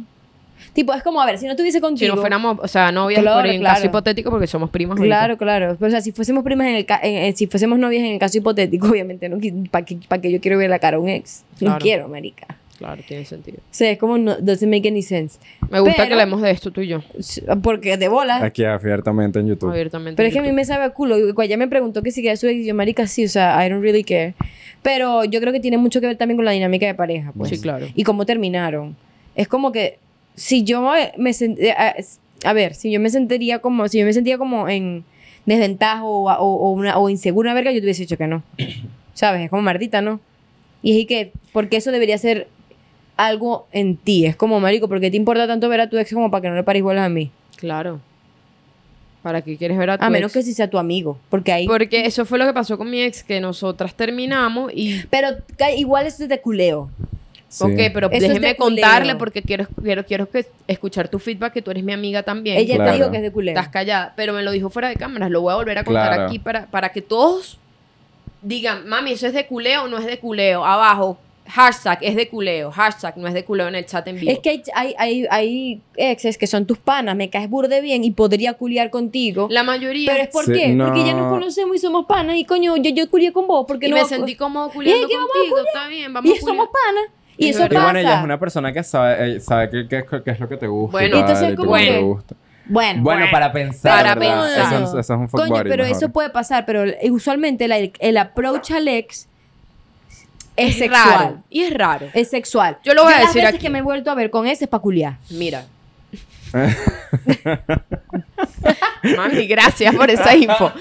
Speaker 3: Tipo, es como, a ver, si no tuviese
Speaker 1: Si
Speaker 3: contigo.
Speaker 1: no fuéramos, o sea, novias
Speaker 3: Claro,
Speaker 1: por en
Speaker 3: claro.
Speaker 1: caso hipotético porque somos primas. ahorita.
Speaker 3: Claro, claro. Pero, o sea, si fuésemos primas en el ca- en- en- si fuésemos novias en el caso hipotético, obviamente, no, ¿para qué, pa' qué yo quiero ver la cara a un ex? No
Speaker 1: Claro.
Speaker 3: quiero, marica.
Speaker 1: Claro, tiene sentido.
Speaker 3: O sea, es como, no, doesn't make any sense.
Speaker 1: Me gusta
Speaker 3: Pero-
Speaker 1: que hablemos de esto tú y yo.
Speaker 3: Porque de bola.
Speaker 2: Aquí abiertamente en YouTube.
Speaker 1: Abiertamente.
Speaker 3: Pero es que a mí
Speaker 1: YouTube.
Speaker 3: me sabe a culo. Igual ya me preguntó que si quería su ex, y yo, marica, sí, o sea, I don't really care. Pero yo creo que tiene mucho que ver también con la dinámica de pareja, pues.
Speaker 1: Sí, claro.
Speaker 3: y cómo terminaron. Es como que si yo me, me sen- eh, a, a ver, si yo me sentiría como, si yo me sentía como en desventaja o, a- o, o una, o insegura, verga, yo te hubiese dicho que no. ¿Sabes? Es como Martita, ¿no? Y es y que, porque eso debería ser algo en ti. Es como, marico, ¿por qué te importa tanto ver a tu ex como para que no le pares igual a mí?
Speaker 1: Claro. ¿Para qué quieres ver a tu
Speaker 3: A menos que
Speaker 1: ex?
Speaker 3: si sea tu amigo, porque ahí...
Speaker 1: Porque eso fue lo que pasó con mi ex, que nosotras terminamos y...
Speaker 3: Pero ca- igual eso es de culeo.
Speaker 2: Sí.
Speaker 1: Ok, pero
Speaker 3: Eso es
Speaker 1: déjeme
Speaker 3: de culeo.
Speaker 1: contarle porque quiero, quiero, quiero que escuchar tu feedback, que tú eres mi amiga también.
Speaker 3: Ella
Speaker 2: Claro.
Speaker 3: te dijo que es de culeo.
Speaker 1: Estás callada. Pero me lo dijo fuera de cámaras. Lo voy a volver a contar
Speaker 2: Claro.
Speaker 1: aquí para, para que todos digan, mami, ¿eso es de culeo o no es de culeo? Abajo, hashtag es de culeo, hashtag no es de culeo en el chat en vivo.
Speaker 3: Es que hay, hay, hay, hay exes que son tus panas, me caes burde bien y podría culiar contigo.
Speaker 1: la mayoría...
Speaker 3: pero es por
Speaker 2: Sí,
Speaker 3: qué,
Speaker 2: no.
Speaker 3: porque ya nos conocemos y somos panas y coño, yo, yo culié con vos porque
Speaker 1: y
Speaker 3: no
Speaker 1: me sentí cómodo culiando
Speaker 3: que vamos a
Speaker 1: contigo, está bien, vamos
Speaker 3: y
Speaker 1: a
Speaker 3: somos
Speaker 1: culiar.
Speaker 3: panas y
Speaker 1: Es
Speaker 3: eso
Speaker 1: verdad.
Speaker 2: Y
Speaker 3: pasa.
Speaker 2: bueno, ella es una persona que sabe, eh, sabe qué, qué- qué es lo que te gusta. y
Speaker 1: Bueno,
Speaker 2: tal,
Speaker 3: entonces
Speaker 2: y
Speaker 3: como
Speaker 2: cómo te
Speaker 3: que-
Speaker 2: gusta.
Speaker 3: Bueno,
Speaker 2: Bueno, para pensar.
Speaker 1: Para
Speaker 2: ¿verdad?
Speaker 1: pensar.
Speaker 2: Eso, es- eso es un fuck
Speaker 3: coño,
Speaker 2: buddy,
Speaker 3: pero
Speaker 2: mejor.
Speaker 3: eso puede pasar, pero eh, usualmente la- el approach al ex es,
Speaker 1: Es
Speaker 3: sexual.
Speaker 1: raro. Y es raro.
Speaker 3: Es sexual.
Speaker 1: Yo lo voy a
Speaker 3: las
Speaker 1: decir
Speaker 3: veces
Speaker 1: aquí.
Speaker 3: que me he vuelto a ver con ese es para culiar.
Speaker 1: Mira. Mami, gracias por esa info.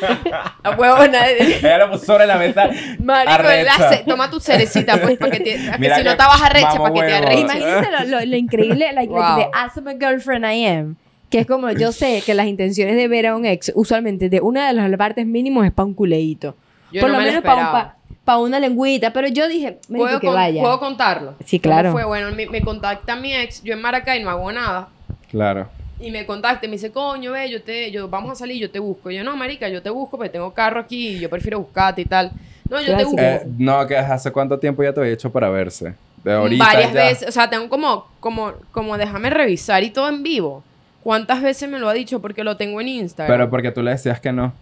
Speaker 1: La huevona de-
Speaker 2: Ella lo puso sobre la mesa.
Speaker 1: Marico,
Speaker 2: Arrecha.
Speaker 1: la ce- toma tu cerecita, pues, para que, te, pa' que
Speaker 2: Mira
Speaker 1: si
Speaker 2: que
Speaker 1: no te vas a recha, para que te
Speaker 2: mamá
Speaker 1: arreches.
Speaker 2: huevo.
Speaker 3: E Imagínate lo, lo- lo increíble, like,
Speaker 1: Wow.
Speaker 3: like, the awesome girlfriend I am. Que es como, yo sé que las intenciones de ver a un ex, usualmente de una de las partes mínimos es para un culeíto.
Speaker 1: Yo
Speaker 3: Por
Speaker 1: no
Speaker 3: lo
Speaker 1: me lo
Speaker 3: menos para
Speaker 1: esperaba.
Speaker 3: una lengüita. Pero yo dije, me
Speaker 1: ¿Puedo,
Speaker 3: que
Speaker 1: con-
Speaker 3: vaya.
Speaker 1: puedo contarlo?
Speaker 3: Sí,
Speaker 1: ¿Cómo
Speaker 3: claro.
Speaker 1: fue? Bueno, me, me contacta mi ex, yo en Maracay no hago nada.
Speaker 2: Claro.
Speaker 1: Y me contacta y me dice, coño, ve, yo te, yo, vamos a salir, yo te busco. Y yo, no, marica, yo te busco porque tengo carro aquí y yo prefiero buscarte y tal. No, yo te
Speaker 3: Clásico.
Speaker 1: busco.
Speaker 2: Eh, no, que hace cuánto tiempo ya te había hecho para verse. De ahorita
Speaker 1: varias
Speaker 2: ya.
Speaker 1: veces, o sea, tengo como, como, como déjame revisar y todo en vivo. ¿Cuántas veces me lo ha dicho? Porque lo tengo en Instagram.
Speaker 2: Pero porque tú le decías que no.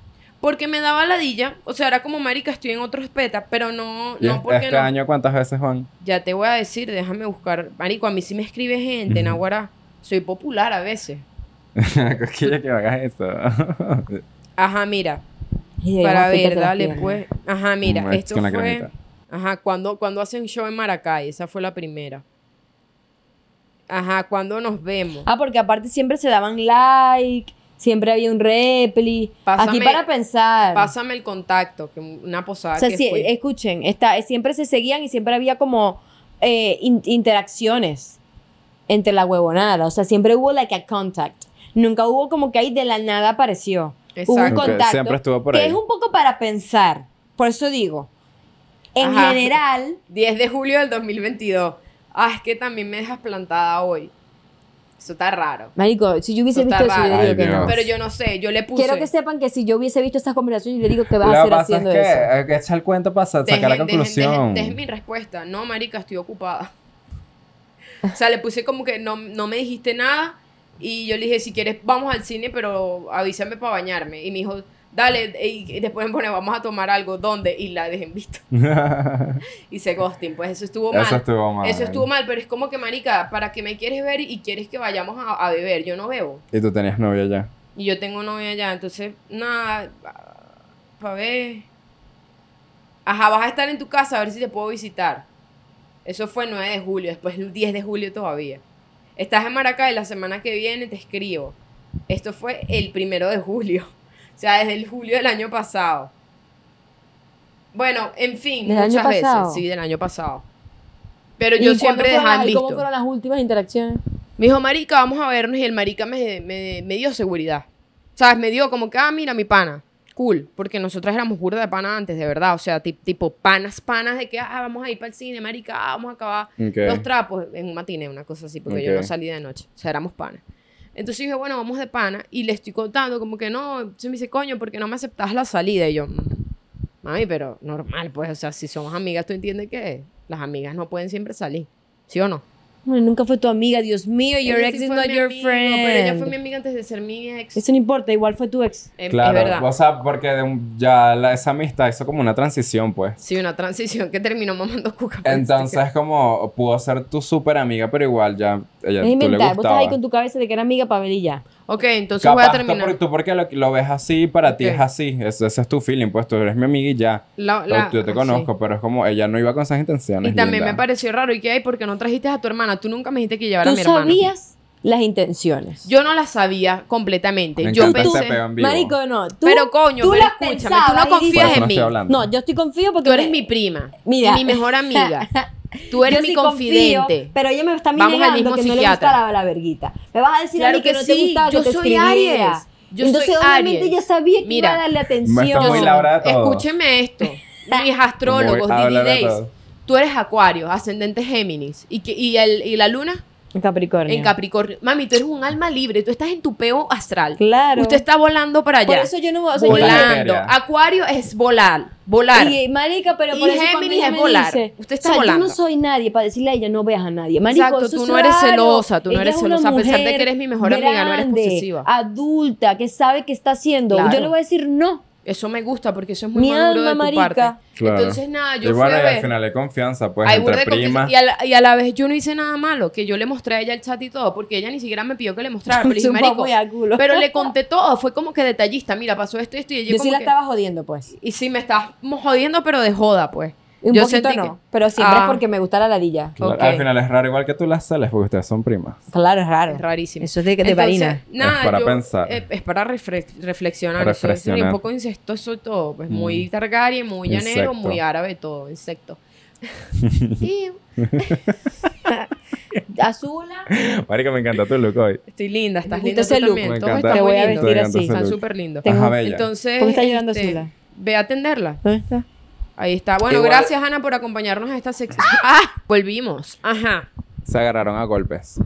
Speaker 1: porque me daba ladilla, o sea, era como marica, estoy en otros petas, pero no,
Speaker 2: Y es-
Speaker 1: no porque
Speaker 2: este
Speaker 1: no.
Speaker 2: año, ¿cuántas veces, Juan?
Speaker 1: Ya te voy a decir, déjame buscar. Marico, a mí sí me escribe gente, en
Speaker 2: Ujú.
Speaker 1: Naguará. Soy popular a veces.
Speaker 2: Coquilla que me hagas eso.
Speaker 1: Ajá, mira.
Speaker 3: Y
Speaker 1: para
Speaker 3: digamos, fíjate
Speaker 1: ver,
Speaker 3: las
Speaker 1: dale,
Speaker 3: piernas.
Speaker 1: pues. Ajá, mira,
Speaker 2: Mm, es
Speaker 1: esto
Speaker 2: con
Speaker 1: fue.
Speaker 2: la cremita.
Speaker 1: Ajá, cuando, cuando hace un show en Maracay, esa fue la primera. Ajá, cuando nos vemos.
Speaker 3: Ah, porque aparte siempre se daban like, siempre había un repli.
Speaker 1: Pásame-
Speaker 3: Aquí para pensar.
Speaker 1: Pásame el contacto, que una posada
Speaker 3: o sea,
Speaker 1: Ah, que
Speaker 3: sí,
Speaker 1: fui.
Speaker 3: escuchen, está, eh, siempre se seguían y siempre había como eh, in- interacciones entre la huevonada. O sea, siempre hubo like a contact. Nunca hubo como que ahí de la nada apareció. Hubo un
Speaker 1: Exacto.
Speaker 2: Ok,
Speaker 3: contacto.
Speaker 2: siempre estuvo por
Speaker 3: que
Speaker 2: ahí.
Speaker 3: es un poco para pensar. Por eso digo, en
Speaker 1: Ajá.
Speaker 3: general,
Speaker 1: 10 de julio del 2022. Ah, es que también me dejas plantada hoy. Eso está raro.
Speaker 3: Marico, si yo hubiese
Speaker 1: Eso está
Speaker 3: visto eso, yo
Speaker 1: raro.
Speaker 3: digo
Speaker 2: Ay,
Speaker 3: que no.
Speaker 2: Dios.
Speaker 1: Pero yo no sé, yo le puse.
Speaker 3: Quiero que sepan que si yo hubiese visto estas conversaciones, yo le digo que vas a
Speaker 2: Lo que
Speaker 3: hacer
Speaker 2: pasa es
Speaker 3: haciendo
Speaker 2: que
Speaker 3: eso.
Speaker 2: eh, que echa el cuento para sa- sacar la
Speaker 1: Dejen- dejen-
Speaker 2: conclusión.
Speaker 1: dejen- dejen mi respuesta. No, marica, estoy ocupada. O sea, le puse como que no, no me dijiste nada y yo le dije, si quieres, vamos al cine, pero avísame para bañarme. Y me dijo, dale, y y después me pone, vamos a tomar algo, ¿dónde? Y la dejen visto. Y se ghosting, pues eso estuvo mal.
Speaker 2: Eso estuvo mal.
Speaker 1: Eso estuvo mal, pero es como que, marica, ¿para qué me quieres ver y quieres que vayamos a, a beber? Yo no bebo.
Speaker 2: Y tú tenías novia ya.
Speaker 1: Y yo tengo novia allá, entonces, nada, para ver. Ajá, vas a estar en tu casa a ver si te puedo visitar. Eso fue el 9 de julio, después el 10 de julio todavía. Estás en Maracay, la semana que viene te escribo. Esto fue el primero de julio. O sea, desde el julio del año pasado. Bueno, en fin,
Speaker 4: ¿Del año
Speaker 1: muchas veces.
Speaker 4: pasado?
Speaker 1: Sí, del año pasado. Pero yo siempre dejaba listo.
Speaker 4: ¿Cómo fueron las últimas interacciones?
Speaker 1: Me dijo, marica, vamos a vernos. Y el marica me, me- me dio seguridad. ¿Sabes? Me dio como que, ah, mira, mi pana. Cool. Porque nosotras éramos burda de pana antes, de verdad. O sea, ti- tipo panas, panas de que, ah, vamos a ir para el cine, marica, ah, vamos a acabar
Speaker 2: Ok.
Speaker 1: los trapos en un matiné, una cosa así, porque yo
Speaker 2: Ok.
Speaker 1: no salí de noche. O sea, éramos panas. Entonces dije, bueno, vamos de pana. Y le estoy contando, como que no. Entonces me dice, coño, ¿por qué no me aceptas la salida? Y yo, "Mm, mami, pero normal, pues. O sea, si somos amigas, tú entiendes que las amigas no pueden siempre salir. ¿Sí o no?
Speaker 4: Bueno, nunca fue tu amiga, Dios mío, your
Speaker 1: Ella sí
Speaker 4: ex is
Speaker 1: fue
Speaker 4: not
Speaker 1: mi
Speaker 4: your
Speaker 1: amigo,
Speaker 4: friend.
Speaker 1: Pero ella fue mi amiga antes de ser mi ex.
Speaker 4: Eso no importa, igual fue tu ex.
Speaker 1: Em,
Speaker 2: Claro,
Speaker 1: es verdad.
Speaker 2: o sea, porque de un- ya la- esa amistad hizo como una transición, pues.
Speaker 1: Sí, una transición que terminó mamando cuca. pues, parece
Speaker 2: Entonces, como pudo ser tu súper amiga, pero igual ya ella,
Speaker 4: Es
Speaker 2: tú le
Speaker 4: inventar, vos estás
Speaker 2: gustaba.
Speaker 4: ahí con tu cabeza de que era amiga para ver y ya.
Speaker 1: que- Ok, entonces
Speaker 2: Capaz
Speaker 1: voy a
Speaker 2: tú por-
Speaker 1: terminar.
Speaker 2: tú porque lo, lo ves así, para ti
Speaker 1: Ok.
Speaker 2: es así. Ese, ese es tu feeling, pues tú eres mi amiga y ya.
Speaker 1: La-
Speaker 2: Yo-
Speaker 1: la- ah,
Speaker 2: yo te
Speaker 1: sí.
Speaker 2: conozco, pero es como ella no iba con esas intenciones.
Speaker 1: Y también
Speaker 2: linda.
Speaker 1: me pareció raro. ¿Y qué hay? Porque no trajiste a tu hermana. Tú nunca me dijiste que llevara a
Speaker 4: Tú
Speaker 1: mi hermana.
Speaker 4: sabías las intenciones.
Speaker 1: Yo no la sabía completamente.
Speaker 2: Me
Speaker 1: yo
Speaker 2: encanta
Speaker 1: pensé.
Speaker 2: este peo en vivo.
Speaker 4: Marico, no. Tú,
Speaker 1: pero coño,
Speaker 4: tú
Speaker 1: pero
Speaker 4: las
Speaker 1: escúchame, tú
Speaker 4: pensabas
Speaker 1: no
Speaker 4: y
Speaker 2: Por
Speaker 1: confías
Speaker 2: eso no
Speaker 1: en mí.
Speaker 2: estoy hablando.
Speaker 4: No, yo estoy confío porque
Speaker 1: Tú eres
Speaker 4: me-
Speaker 1: mi prima.
Speaker 4: Mira.
Speaker 1: Mi mejor amiga. Tú
Speaker 4: yo
Speaker 1: eres mi
Speaker 4: sí confío,
Speaker 1: confidente.
Speaker 4: pero ella me está a mí
Speaker 1: Vamos al
Speaker 4: negando
Speaker 1: mismo
Speaker 4: que no le
Speaker 1: psiquiatra.
Speaker 4: gustaba la verguita. Me vas a decir a
Speaker 1: Claro
Speaker 4: mí que,
Speaker 1: que
Speaker 4: no te
Speaker 1: sí,
Speaker 4: gustaba
Speaker 1: yo
Speaker 4: que te
Speaker 1: soy
Speaker 4: escribía.
Speaker 1: Aries. Yo
Speaker 4: Entonces,
Speaker 1: soy
Speaker 4: obviamente,
Speaker 1: Aries.
Speaker 4: yo sabía que
Speaker 1: Mira.
Speaker 4: iba a darle
Speaker 2: Me está
Speaker 4: atención.
Speaker 2: muy Laura de todo.
Speaker 1: Escúchenme esto. Mis astrólogos,
Speaker 2: Muy- háblame
Speaker 1: Didi Days.
Speaker 2: todo.
Speaker 1: Tú eres Acuario, ascendente Géminis. ¿Y, que, y, el, y la luna?
Speaker 4: En Capricornio.
Speaker 1: En Capricornio. Mami, tú eres un alma libre. Tú estás en tu peo astral.
Speaker 4: Claro.
Speaker 1: Usted está volando para allá.
Speaker 4: Por eso yo no voy a... O sea, yo-
Speaker 1: volando.
Speaker 2: Materia.
Speaker 1: Acuario es volar. Volar.
Speaker 4: Y, marica, pero
Speaker 1: Y
Speaker 4: por eso cuando
Speaker 1: Géminis
Speaker 4: ella
Speaker 1: es
Speaker 4: me
Speaker 1: volar.
Speaker 4: dice,
Speaker 1: Usted está
Speaker 4: o sea,
Speaker 1: volando.
Speaker 4: Yo no soy nadie para decirle a ella no veas a nadie. Marico,
Speaker 1: Exacto,
Speaker 4: eso
Speaker 1: tú
Speaker 4: es
Speaker 1: no eres
Speaker 4: raro.
Speaker 1: celosa, tú no
Speaker 4: Ella
Speaker 1: eres
Speaker 4: es una
Speaker 1: celosa, a pesar de
Speaker 4: mujer
Speaker 1: que eres mi mejor amiga, no eres
Speaker 4: grande,
Speaker 1: posesiva.
Speaker 4: Adulta, que sabe que está haciendo.
Speaker 1: Claro.
Speaker 4: Yo le voy a decir no.
Speaker 1: Eso me gusta porque eso es muy
Speaker 4: Mi
Speaker 1: maduro
Speaker 4: alma,
Speaker 1: de tu
Speaker 4: marica.
Speaker 1: parte.
Speaker 2: Claro.
Speaker 1: Entonces, nada, yo
Speaker 2: y
Speaker 1: fui
Speaker 2: bueno,
Speaker 1: a
Speaker 2: y al
Speaker 1: ver.
Speaker 2: final hay confianza, pues,
Speaker 1: Ay, burda
Speaker 2: entre
Speaker 1: de confianza.
Speaker 2: primas.
Speaker 1: y, a la, y a la vez yo no hice nada malo, que yo le mostré a ella el chat y todo, porque ella ni siquiera me pidió que le mostrara. Pero, le dije,
Speaker 4: Es un
Speaker 1: "Marico",
Speaker 4: poco de ángulo.
Speaker 1: pero le conté todo, fue como que detallista, mira, pasó esto y esto y ella
Speaker 4: Yo
Speaker 1: como
Speaker 4: sí la
Speaker 1: que-
Speaker 4: estaba jodiendo, pues.
Speaker 1: Y sí, me estás jodiendo, pero de joda, pues.
Speaker 4: Un
Speaker 1: yo
Speaker 4: poquito
Speaker 1: sentí
Speaker 4: no,
Speaker 1: que-
Speaker 4: pero siempre
Speaker 1: Ah.
Speaker 4: es porque me gusta la ladilla.
Speaker 2: Claro,
Speaker 1: Ok.
Speaker 2: Al final es raro igual que tú las sales porque ustedes son primas.
Speaker 4: Claro, es raro.
Speaker 1: Es rarísimo.
Speaker 4: Eso es de, de
Speaker 1: Entonces,
Speaker 4: varina.
Speaker 1: nada,
Speaker 2: Es para
Speaker 1: yo-
Speaker 2: pensar.
Speaker 1: eh, es para refre- reflexionar. eso es
Speaker 2: Reflexionar.
Speaker 1: un poco incestuoso todo. Pues
Speaker 2: Mm.
Speaker 1: muy Targaryen, muy llanero,
Speaker 2: Insecto.
Speaker 1: muy árabe todo, insecto. Sí,
Speaker 4: Azula.
Speaker 2: Marica, me encanta tu look hoy.
Speaker 1: Estoy linda, estás
Speaker 4: Me
Speaker 1: linda
Speaker 4: gusta
Speaker 1: tú
Speaker 4: ese look.
Speaker 1: también.
Speaker 2: Me
Speaker 1: Todos
Speaker 2: encanta.
Speaker 1: están
Speaker 4: Te voy a
Speaker 1: muy lindos.
Speaker 4: vestir
Speaker 2: Estoy
Speaker 4: así.
Speaker 2: encantado
Speaker 1: Están
Speaker 2: ese look.
Speaker 1: súper lindos.
Speaker 4: Tengo-
Speaker 2: Ajá, bella.
Speaker 1: Entonces,
Speaker 4: ¿Por qué está llorando
Speaker 1: este,
Speaker 4: Zula?
Speaker 1: Ve a atenderla.
Speaker 4: ¿Dónde está?
Speaker 1: Ahí está. Bueno,
Speaker 2: Igual-
Speaker 1: gracias Ana por acompañarnos a esta sección. ¡Ah! Volvimos. Ajá.
Speaker 2: Se agarraron a golpes.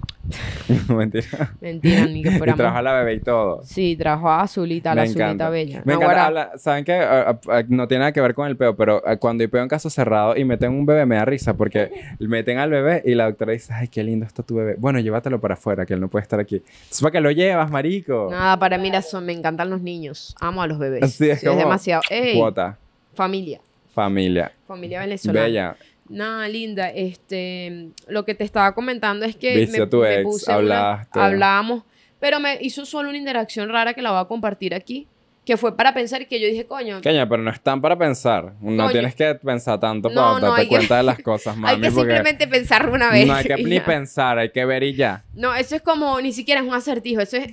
Speaker 2: Mentira.
Speaker 1: Mentira, ni que
Speaker 2: Y trabaja
Speaker 1: fuéramos.
Speaker 2: la bebé y todo.
Speaker 1: Sí, trajo a Azulita, a la
Speaker 2: Me
Speaker 1: Azulita
Speaker 2: encanta.
Speaker 1: bella.
Speaker 2: Me
Speaker 1: Naguará.
Speaker 2: encanta. habla- ¿Saben qué? Ah, ah, ah, no tiene nada que ver con el peo, pero ah, cuando hay peo en caso cerrado y meten un bebé, me da risa porque meten al bebé y la doctora dice: Ay, qué lindo está tu bebé. Bueno, llévatelo para afuera, que él no puede estar aquí. Es para que lo llevas, marico.
Speaker 1: Nada, para mí las son, me encantan los niños. Amo a los bebés.
Speaker 2: Así es
Speaker 1: Sí,
Speaker 2: como-
Speaker 1: demasiado. Ey,
Speaker 2: Cuota,
Speaker 1: familia.
Speaker 2: familia,
Speaker 1: Familia venezolana.
Speaker 2: bella.
Speaker 1: Nada, linda. Este, lo que te estaba comentando es que
Speaker 2: Viste a tu ex,
Speaker 1: una-
Speaker 2: hablaste.
Speaker 1: hablábamos, pero me hizo solo una interacción rara que la voy a compartir aquí, que fue para pensar y que yo dije, coño,
Speaker 2: Caña, pero no están para pensar. No
Speaker 1: Coño.
Speaker 2: tienes que pensar tanto
Speaker 1: No,
Speaker 2: para
Speaker 1: no,
Speaker 2: darte
Speaker 1: hay que-
Speaker 2: cuenta de las cosas, mami.
Speaker 1: hay que
Speaker 2: porque
Speaker 1: simplemente pensarlo una vez.
Speaker 2: No hay que
Speaker 1: y
Speaker 2: ni
Speaker 1: ya.
Speaker 2: pensar, hay que ver y ya.
Speaker 1: No, eso es como, ni siquiera es un acertijo, eso es,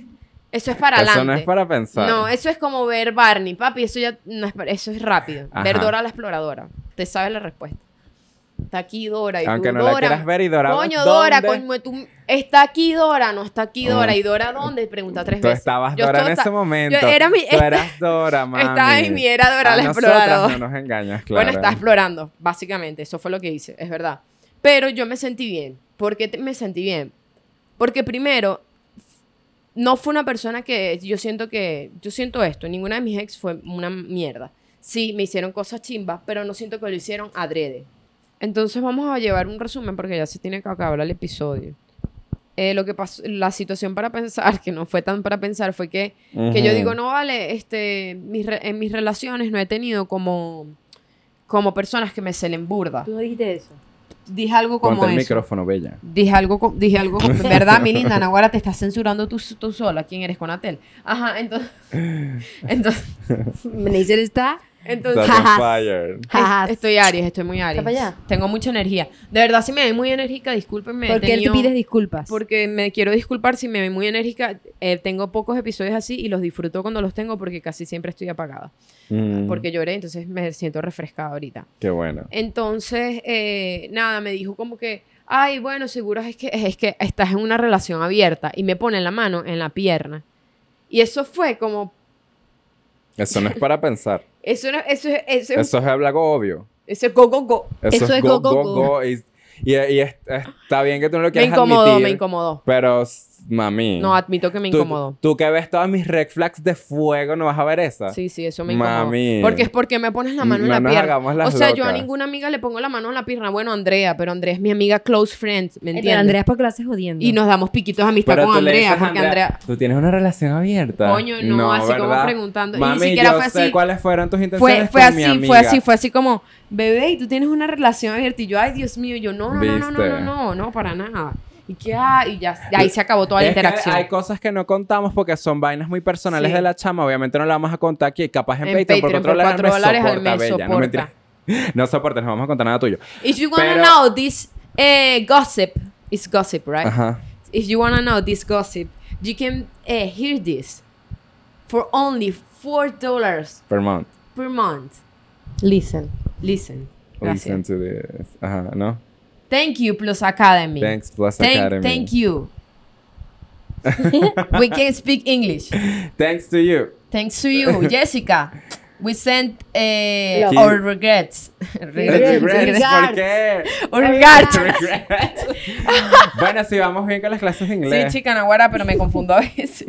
Speaker 1: eso es para
Speaker 2: Eso
Speaker 1: adelante.
Speaker 2: no es para pensar.
Speaker 1: No, eso es como ver Barney, papi, eso ya no es, para- eso es rápido.
Speaker 2: Ajá.
Speaker 1: Ver Dora la exploradora. Te sabes la respuesta. Está aquí Dora y tú,
Speaker 2: Aunque no la
Speaker 1: Dora.
Speaker 2: quieras ver y Dora.
Speaker 1: Coño, Dora,
Speaker 2: ¿dónde?
Speaker 1: coño, tú. Está aquí Dora, no está aquí Dora.
Speaker 2: Mm.
Speaker 1: ¿Y Dora dónde? Pregunta tres
Speaker 2: Tú
Speaker 1: veces.
Speaker 2: estabas
Speaker 1: Yo
Speaker 2: Dora en
Speaker 1: estaba-
Speaker 2: ese momento.
Speaker 1: era mi-
Speaker 2: Tú eras Dora, mami.
Speaker 1: Estaba en mi era Dora
Speaker 2: A
Speaker 1: la
Speaker 2: nosotras
Speaker 1: exploradora.
Speaker 2: No nos engañas, claro.
Speaker 1: Bueno, está explorando, básicamente. Eso fue lo que hice, es verdad. Pero yo me sentí bien. ¿Por qué te- me sentí bien? Porque primero, no fue una persona que yo siento que. Yo siento esto. Ninguna de mis ex fue una mierda. Sí, me hicieron cosas chimbas, pero no siento que lo hicieron adrede. Entonces vamos a llevar un resumen porque ya se tiene que acabar el episodio. eh, lo que pasó, la situación para pensar, que no fue tan para pensar, fue que, que yo
Speaker 2: Ujú.
Speaker 1: digo, no vale, este, mis re- en mis relaciones no he tenido como, como personas que me celen burda.
Speaker 4: Tú no dijiste eso.
Speaker 1: Dije algo como
Speaker 2: Ponte el
Speaker 1: eso.
Speaker 2: micrófono, bella.
Speaker 1: Dije algo, co- dije algo, co- verdad, mi linda, Nahuara, te estás censurando tú, s- tú sola. ¿Quién eres, Conatel? Ajá, entonces, entonces,
Speaker 4: Neisser está.
Speaker 1: entonces,
Speaker 2: That's on
Speaker 4: jajas.
Speaker 2: fire.
Speaker 1: es-
Speaker 4: Jajas.
Speaker 1: estoy Aries, estoy muy Aries.
Speaker 4: para allá?
Speaker 1: Tengo mucha energía. De verdad, si me ven muy enérgica, discúlpenme. he
Speaker 4: ¿Por qué él te
Speaker 1: tenido-
Speaker 4: pides disculpas?
Speaker 1: Porque me quiero disculpar si me ven muy enérgica. Eh, tengo pocos episodios así y los disfruto cuando los tengo porque casi siempre estoy apagada. Ah,
Speaker 2: Mm,
Speaker 1: Porque lloré, entonces me siento refrescada ahorita.
Speaker 2: Qué bueno.
Speaker 1: Entonces, eh, nada, me dijo como que, ay, bueno, seguro es que, es que estás en una relación abierta y me pone la mano en la pierna. Y eso fue como,
Speaker 2: Eso no es para pensar.
Speaker 1: eso, no- eso, es- eso, es-
Speaker 2: Eso es algo obvio.
Speaker 1: eso es go, go, go.
Speaker 2: Eso,
Speaker 3: Eso
Speaker 2: es
Speaker 3: es
Speaker 2: go,
Speaker 3: go,
Speaker 2: go,
Speaker 3: go,
Speaker 2: go. Y, y- y es- está bien que tú no lo
Speaker 1: Me
Speaker 2: quieras
Speaker 1: incomodó,
Speaker 2: admitir.
Speaker 1: me incomodó.
Speaker 2: Pero, s- mami.
Speaker 1: No, admito que me
Speaker 2: tú-
Speaker 1: incomodó.
Speaker 2: Tú, que ves todas mis red flags de fuego, ¿no vas a ver esa?
Speaker 1: Sí, sí, eso me incomoda.
Speaker 2: ah. Mami.
Speaker 1: Porque es porque me pones la mano en
Speaker 2: No
Speaker 1: la
Speaker 2: nos
Speaker 1: pierna.
Speaker 2: hagamos las
Speaker 1: o sea, yo a
Speaker 2: locas.
Speaker 1: ninguna amiga le pongo la mano en la pierna. Bueno, Andrea, pero Andrea es mi amiga close friend, ¿me
Speaker 4: Eh, pero
Speaker 1: entiendes?
Speaker 4: Andrea es porque lo haces jodiendo.
Speaker 1: Y nos damos piquitos de amistad
Speaker 2: Pero
Speaker 1: con
Speaker 2: tú le
Speaker 1: Andrea,
Speaker 2: dices a
Speaker 1: porque Andrea...
Speaker 2: Tú tienes una relación abierta.
Speaker 1: Coño, no, así como preguntando. Y ni
Speaker 2: Mami,
Speaker 1: siquiera
Speaker 2: yo
Speaker 1: fue
Speaker 2: sé
Speaker 1: así.
Speaker 2: cuáles fueron tus
Speaker 1: Fue,
Speaker 2: intenciones.
Speaker 1: fue
Speaker 2: con mi
Speaker 1: así, fue
Speaker 2: amiga.
Speaker 1: así, fue así como, bebé, y tú tienes una relación abierta. Y yo, ay, Dios mío, y yo, no, no, no, no, no,
Speaker 2: Viste.
Speaker 1: no, no, no, para nada. Y que, ah, y ya, y ahí se acabó toda la
Speaker 2: Es que
Speaker 1: interacción.
Speaker 2: hay cosas que no contamos porque son vainas muy personales
Speaker 1: Sí.
Speaker 2: de la chama. Obviamente no la vamos a contar aquí. Capaz en,
Speaker 1: En
Speaker 2: Patreon,
Speaker 1: Patreon,
Speaker 2: por
Speaker 1: por
Speaker 2: $4
Speaker 1: cuatro dólares al
Speaker 2: soporta,
Speaker 1: mes,
Speaker 2: bella. No,
Speaker 1: soporta.
Speaker 2: mentira. No soportes, no vamos a contar nada tuyo.
Speaker 1: If you wanna
Speaker 2: Pero-
Speaker 1: know this eh, gossip, it's gossip, right?
Speaker 2: Ajá.
Speaker 1: If you wanna know this gossip, you can eh, hear this for only four dollars
Speaker 2: Vermont.
Speaker 1: per month.
Speaker 4: Listen.
Speaker 1: Listen. Gracias.
Speaker 2: Listen to this. Ajá, ¿no?
Speaker 1: Thank you, Plus Academy.
Speaker 2: Thanks, Plus
Speaker 1: Thank,
Speaker 2: Academy.
Speaker 1: thank you. we can speak English.
Speaker 2: Thanks to you.
Speaker 1: Thanks to you, Jessica. We sent eh,
Speaker 2: Love.
Speaker 1: our regrets.
Speaker 4: Regrets.
Speaker 2: Regrets, ¿Por qué?
Speaker 1: Our regrets.
Speaker 2: Regrets. bueno, sí, vamos bien con las clases de
Speaker 1: Sí,
Speaker 2: inglés.
Speaker 1: chica naguara, pero me confundo a veces.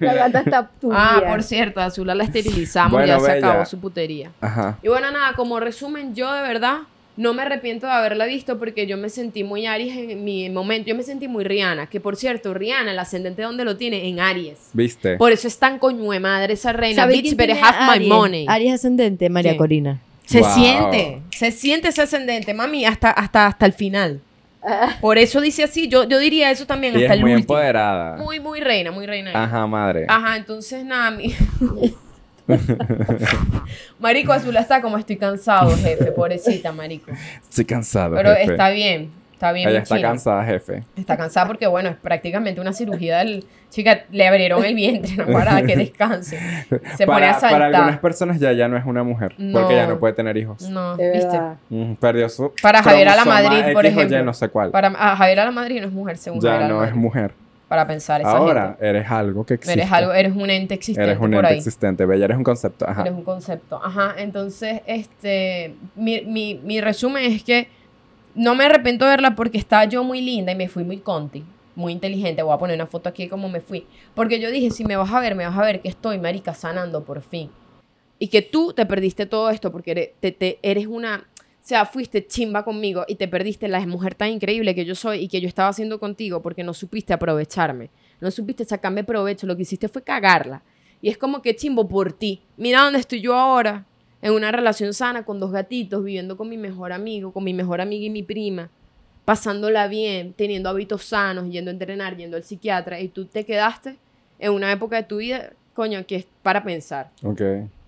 Speaker 3: La gata está
Speaker 1: Ah, por cierto, a Azula la esterilizamos,
Speaker 2: Bueno,
Speaker 1: ya se
Speaker 2: bella.
Speaker 1: acabó su putería.
Speaker 2: Ajá.
Speaker 1: Y bueno, nada, como resumen, yo de verdad no me arrepiento de haberla visto porque yo me sentí muy Aries en mi momento. Yo me sentí muy Rihanna, que por cierto, Rihanna, el ascendente donde lo tiene, en Aries.
Speaker 2: ¿Viste?
Speaker 1: Por eso es tan coño de madre esa reina.
Speaker 4: ¿Sabéis
Speaker 1: Bitch,
Speaker 4: quién
Speaker 1: better
Speaker 4: tiene
Speaker 1: have my
Speaker 4: Aries?
Speaker 1: money.
Speaker 4: Aries ascendente, María
Speaker 1: ¿Quién?
Speaker 4: Corina.
Speaker 1: Se
Speaker 2: Wow.
Speaker 1: siente, se siente ese ascendente, mami, hasta, hasta, hasta el final. Por eso dice así, yo, yo diría eso también,
Speaker 2: Y
Speaker 1: hasta
Speaker 2: es
Speaker 1: el
Speaker 2: muy
Speaker 1: último.
Speaker 2: empoderada. Ah,
Speaker 1: Muy, Ah. muy reina, muy reina.
Speaker 2: Ajá, madre.
Speaker 1: Ajá, entonces nada, mi... marico Azul está como estoy cansado, jefe, pobrecita, marico.
Speaker 2: Estoy cansado,
Speaker 1: Pero
Speaker 2: jefe.
Speaker 1: está bien, está bien.
Speaker 2: Ella
Speaker 1: mi
Speaker 2: está
Speaker 1: china.
Speaker 2: cansada, jefe.
Speaker 1: Está cansada porque, bueno, es prácticamente una cirugía del... Chica, le abrieron el vientre, ¿no? Para que descanse. Se pone a
Speaker 2: para, para
Speaker 1: saltar.
Speaker 2: algunas personas ya, ya no es una mujer.
Speaker 1: No.
Speaker 2: Porque ya no puede tener hijos.
Speaker 1: No,
Speaker 3: pues, De
Speaker 1: viste.
Speaker 3: verdad.
Speaker 2: Mm, Perdió su.
Speaker 1: Para Javier a la
Speaker 2: cromosoma
Speaker 1: Madrid, por
Speaker 2: X o Y,
Speaker 1: ejemplo.
Speaker 2: no sé cuál.
Speaker 1: Para a Javier a la Madrid no es mujer, según
Speaker 2: ya
Speaker 1: Javier
Speaker 2: no es
Speaker 1: Alamadrid,
Speaker 2: mujer.
Speaker 1: Para pensar esa
Speaker 2: Ahora
Speaker 1: gente.
Speaker 2: eres algo que existe.
Speaker 1: Eres algo, eres un ente existente
Speaker 2: Eres un
Speaker 1: por
Speaker 2: ente
Speaker 1: ahí.
Speaker 2: existente, bella, eres un concepto. Ajá.
Speaker 1: Eres un concepto. Ajá. Entonces, este, mi, mi, mi resumen es que no me arrepiento de verla porque estaba yo muy linda y me fui muy conti, muy inteligente. Voy a poner una foto aquí de cómo me fui. Porque yo dije, si me vas a ver, me vas a ver que estoy, marica, sanando por fin. Y que tú te perdiste todo esto porque eres, te, te- eres una... O sea, fuiste chimba conmigo y te perdiste la mujer tan increíble que yo soy y que yo estaba haciendo contigo porque no supiste aprovecharme. No supiste sacarme provecho. Lo que hiciste fue cagarla. Y es como que chimbo por ti. Mira dónde estoy yo ahora, en una relación sana con dos gatitos, viviendo con mi mejor amigo, con mi mejor amiga y mi prima, pasándola bien, teniendo hábitos sanos, yendo a entrenar, yendo al psiquiatra, y tú te quedaste en una época de tu vida, coño, que es para pensar.
Speaker 2: Ok.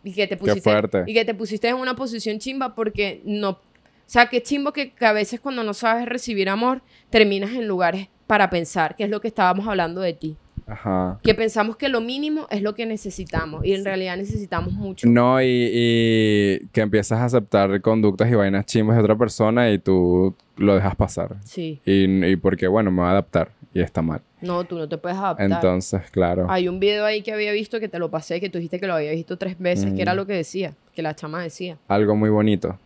Speaker 1: Y que te pusiste,
Speaker 2: fuerte.
Speaker 1: Y que te pusiste en una posición chimba porque no... O sea, que chimbo que, que a veces cuando no sabes recibir amor, terminas en lugares para pensar, que es lo que estábamos hablando de ti
Speaker 2: Ajá.
Speaker 1: que pensamos que lo mínimo es lo que necesitamos y en realidad necesitamos mucho.
Speaker 2: No, y, y que empiezas a aceptar conductas y vainas chimbas de otra persona y tú lo dejas pasar.
Speaker 1: Sí,
Speaker 2: Y, y porque, bueno, me va a adaptar y está mal.
Speaker 1: no, tú no te puedes adaptar.
Speaker 2: Entonces, claro.
Speaker 1: Hay un video ahí que había visto que te lo pasé, que tú dijiste que lo había visto tres veces, que era lo que decía, que la chama decía.
Speaker 2: Algo muy bonito.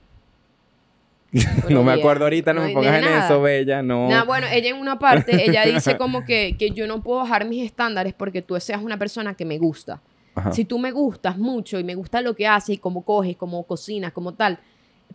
Speaker 2: no
Speaker 1: Buenos
Speaker 2: me
Speaker 1: días.
Speaker 2: acuerdo ahorita, no,
Speaker 1: No
Speaker 2: me
Speaker 1: hay-
Speaker 2: pongas
Speaker 1: de
Speaker 2: en
Speaker 1: nada.
Speaker 2: eso, bella, no.
Speaker 1: Nah, bueno, ella en una parte, ella dice como que, que yo no puedo bajar mis estándares porque tú seas una persona que me gusta.
Speaker 2: Ajá.
Speaker 1: Si tú me gustas mucho y me gusta lo que haces y cómo coges, cómo cocinas, como tal,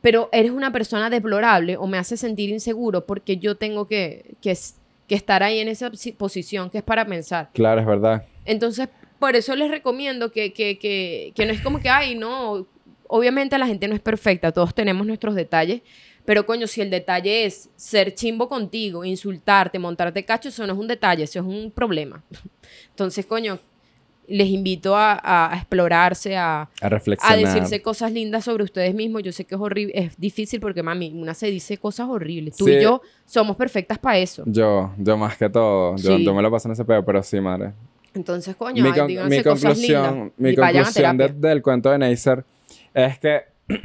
Speaker 1: pero eres una persona deplorable o me hace sentir inseguro porque yo tengo que, que, s- que estar ahí en esa si- posición que es para pensar.
Speaker 2: Claro, es verdad.
Speaker 1: Entonces, por eso les recomiendo que, que, que, que no es como que, ay, no, obviamente la gente no es perfecta, todos tenemos nuestros detalles, pero coño, si el detalle es ser chimbo contigo, insultarte, montarte cacho, eso no es un detalle, eso es un problema. Entonces, coño, les invito a, a- a explorarse, a,
Speaker 2: A
Speaker 1: a
Speaker 2: reflexionar.
Speaker 1: decirse cosas lindas sobre ustedes mismos. Yo sé que es horrible, es difícil porque, mami, una se dice cosas horribles. Tú
Speaker 2: Sí.
Speaker 1: y yo somos perfectas para eso.
Speaker 2: Yo, yo más que todo. Yo,
Speaker 1: Sí.
Speaker 2: yo me lo paso en ese pedo, pero sí, madre.
Speaker 1: Entonces, coño,
Speaker 2: mi,
Speaker 1: ay,
Speaker 2: con-
Speaker 1: díganse
Speaker 2: mi
Speaker 1: cosas lindas.
Speaker 2: conclusión, mi
Speaker 1: y vayan a
Speaker 2: conclusión de-
Speaker 1: terapia.
Speaker 2: del cuento de Neisser es que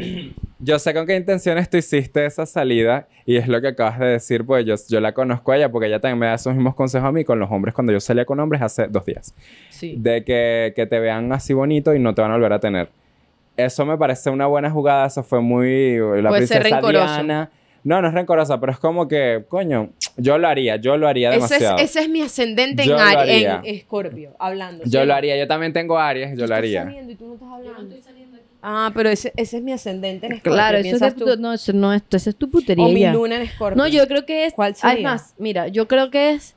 Speaker 2: yo sé con qué intenciones tú hiciste esa salida y es lo que acabas de decir, pues yo, yo la conozco a ella porque ella también me da esos mismos consejos a mí con los hombres cuando yo salía con hombres hace dos días.
Speaker 1: Sí.
Speaker 2: De que, que te vean así bonito y no te van a volver a tener. Eso me parece una buena jugada, eso fue muy... La
Speaker 1: Puede ser
Speaker 2: princesa
Speaker 1: rencoroso.
Speaker 2: Diana. No, no es rencorosa, pero es como que, coño, yo lo haría, yo lo haría
Speaker 1: Ese es,
Speaker 2: demasiado.
Speaker 1: ese es mi ascendente
Speaker 2: Yo
Speaker 1: en
Speaker 2: lo
Speaker 1: Ari-
Speaker 2: haría.
Speaker 1: en Escorpio, hablando.
Speaker 2: Yo
Speaker 1: ¿sí?
Speaker 2: lo haría, yo también tengo Aries, yo
Speaker 1: Tú
Speaker 2: lo
Speaker 1: estás
Speaker 2: haría.
Speaker 1: saliendo y tú no estás hablando. Ah, pero ese, ese es mi ascendente en Escorpio.
Speaker 3: Claro, eso es, de
Speaker 1: piensas
Speaker 3: tu,
Speaker 1: tú.
Speaker 3: no, eso no, esto, eso es tu putería.
Speaker 1: O mi
Speaker 3: ya.
Speaker 1: luna en Escorpio.
Speaker 3: No, yo creo que es.
Speaker 1: ¿Cuál
Speaker 3: hay
Speaker 1: sería?
Speaker 3: más, mira, yo creo que es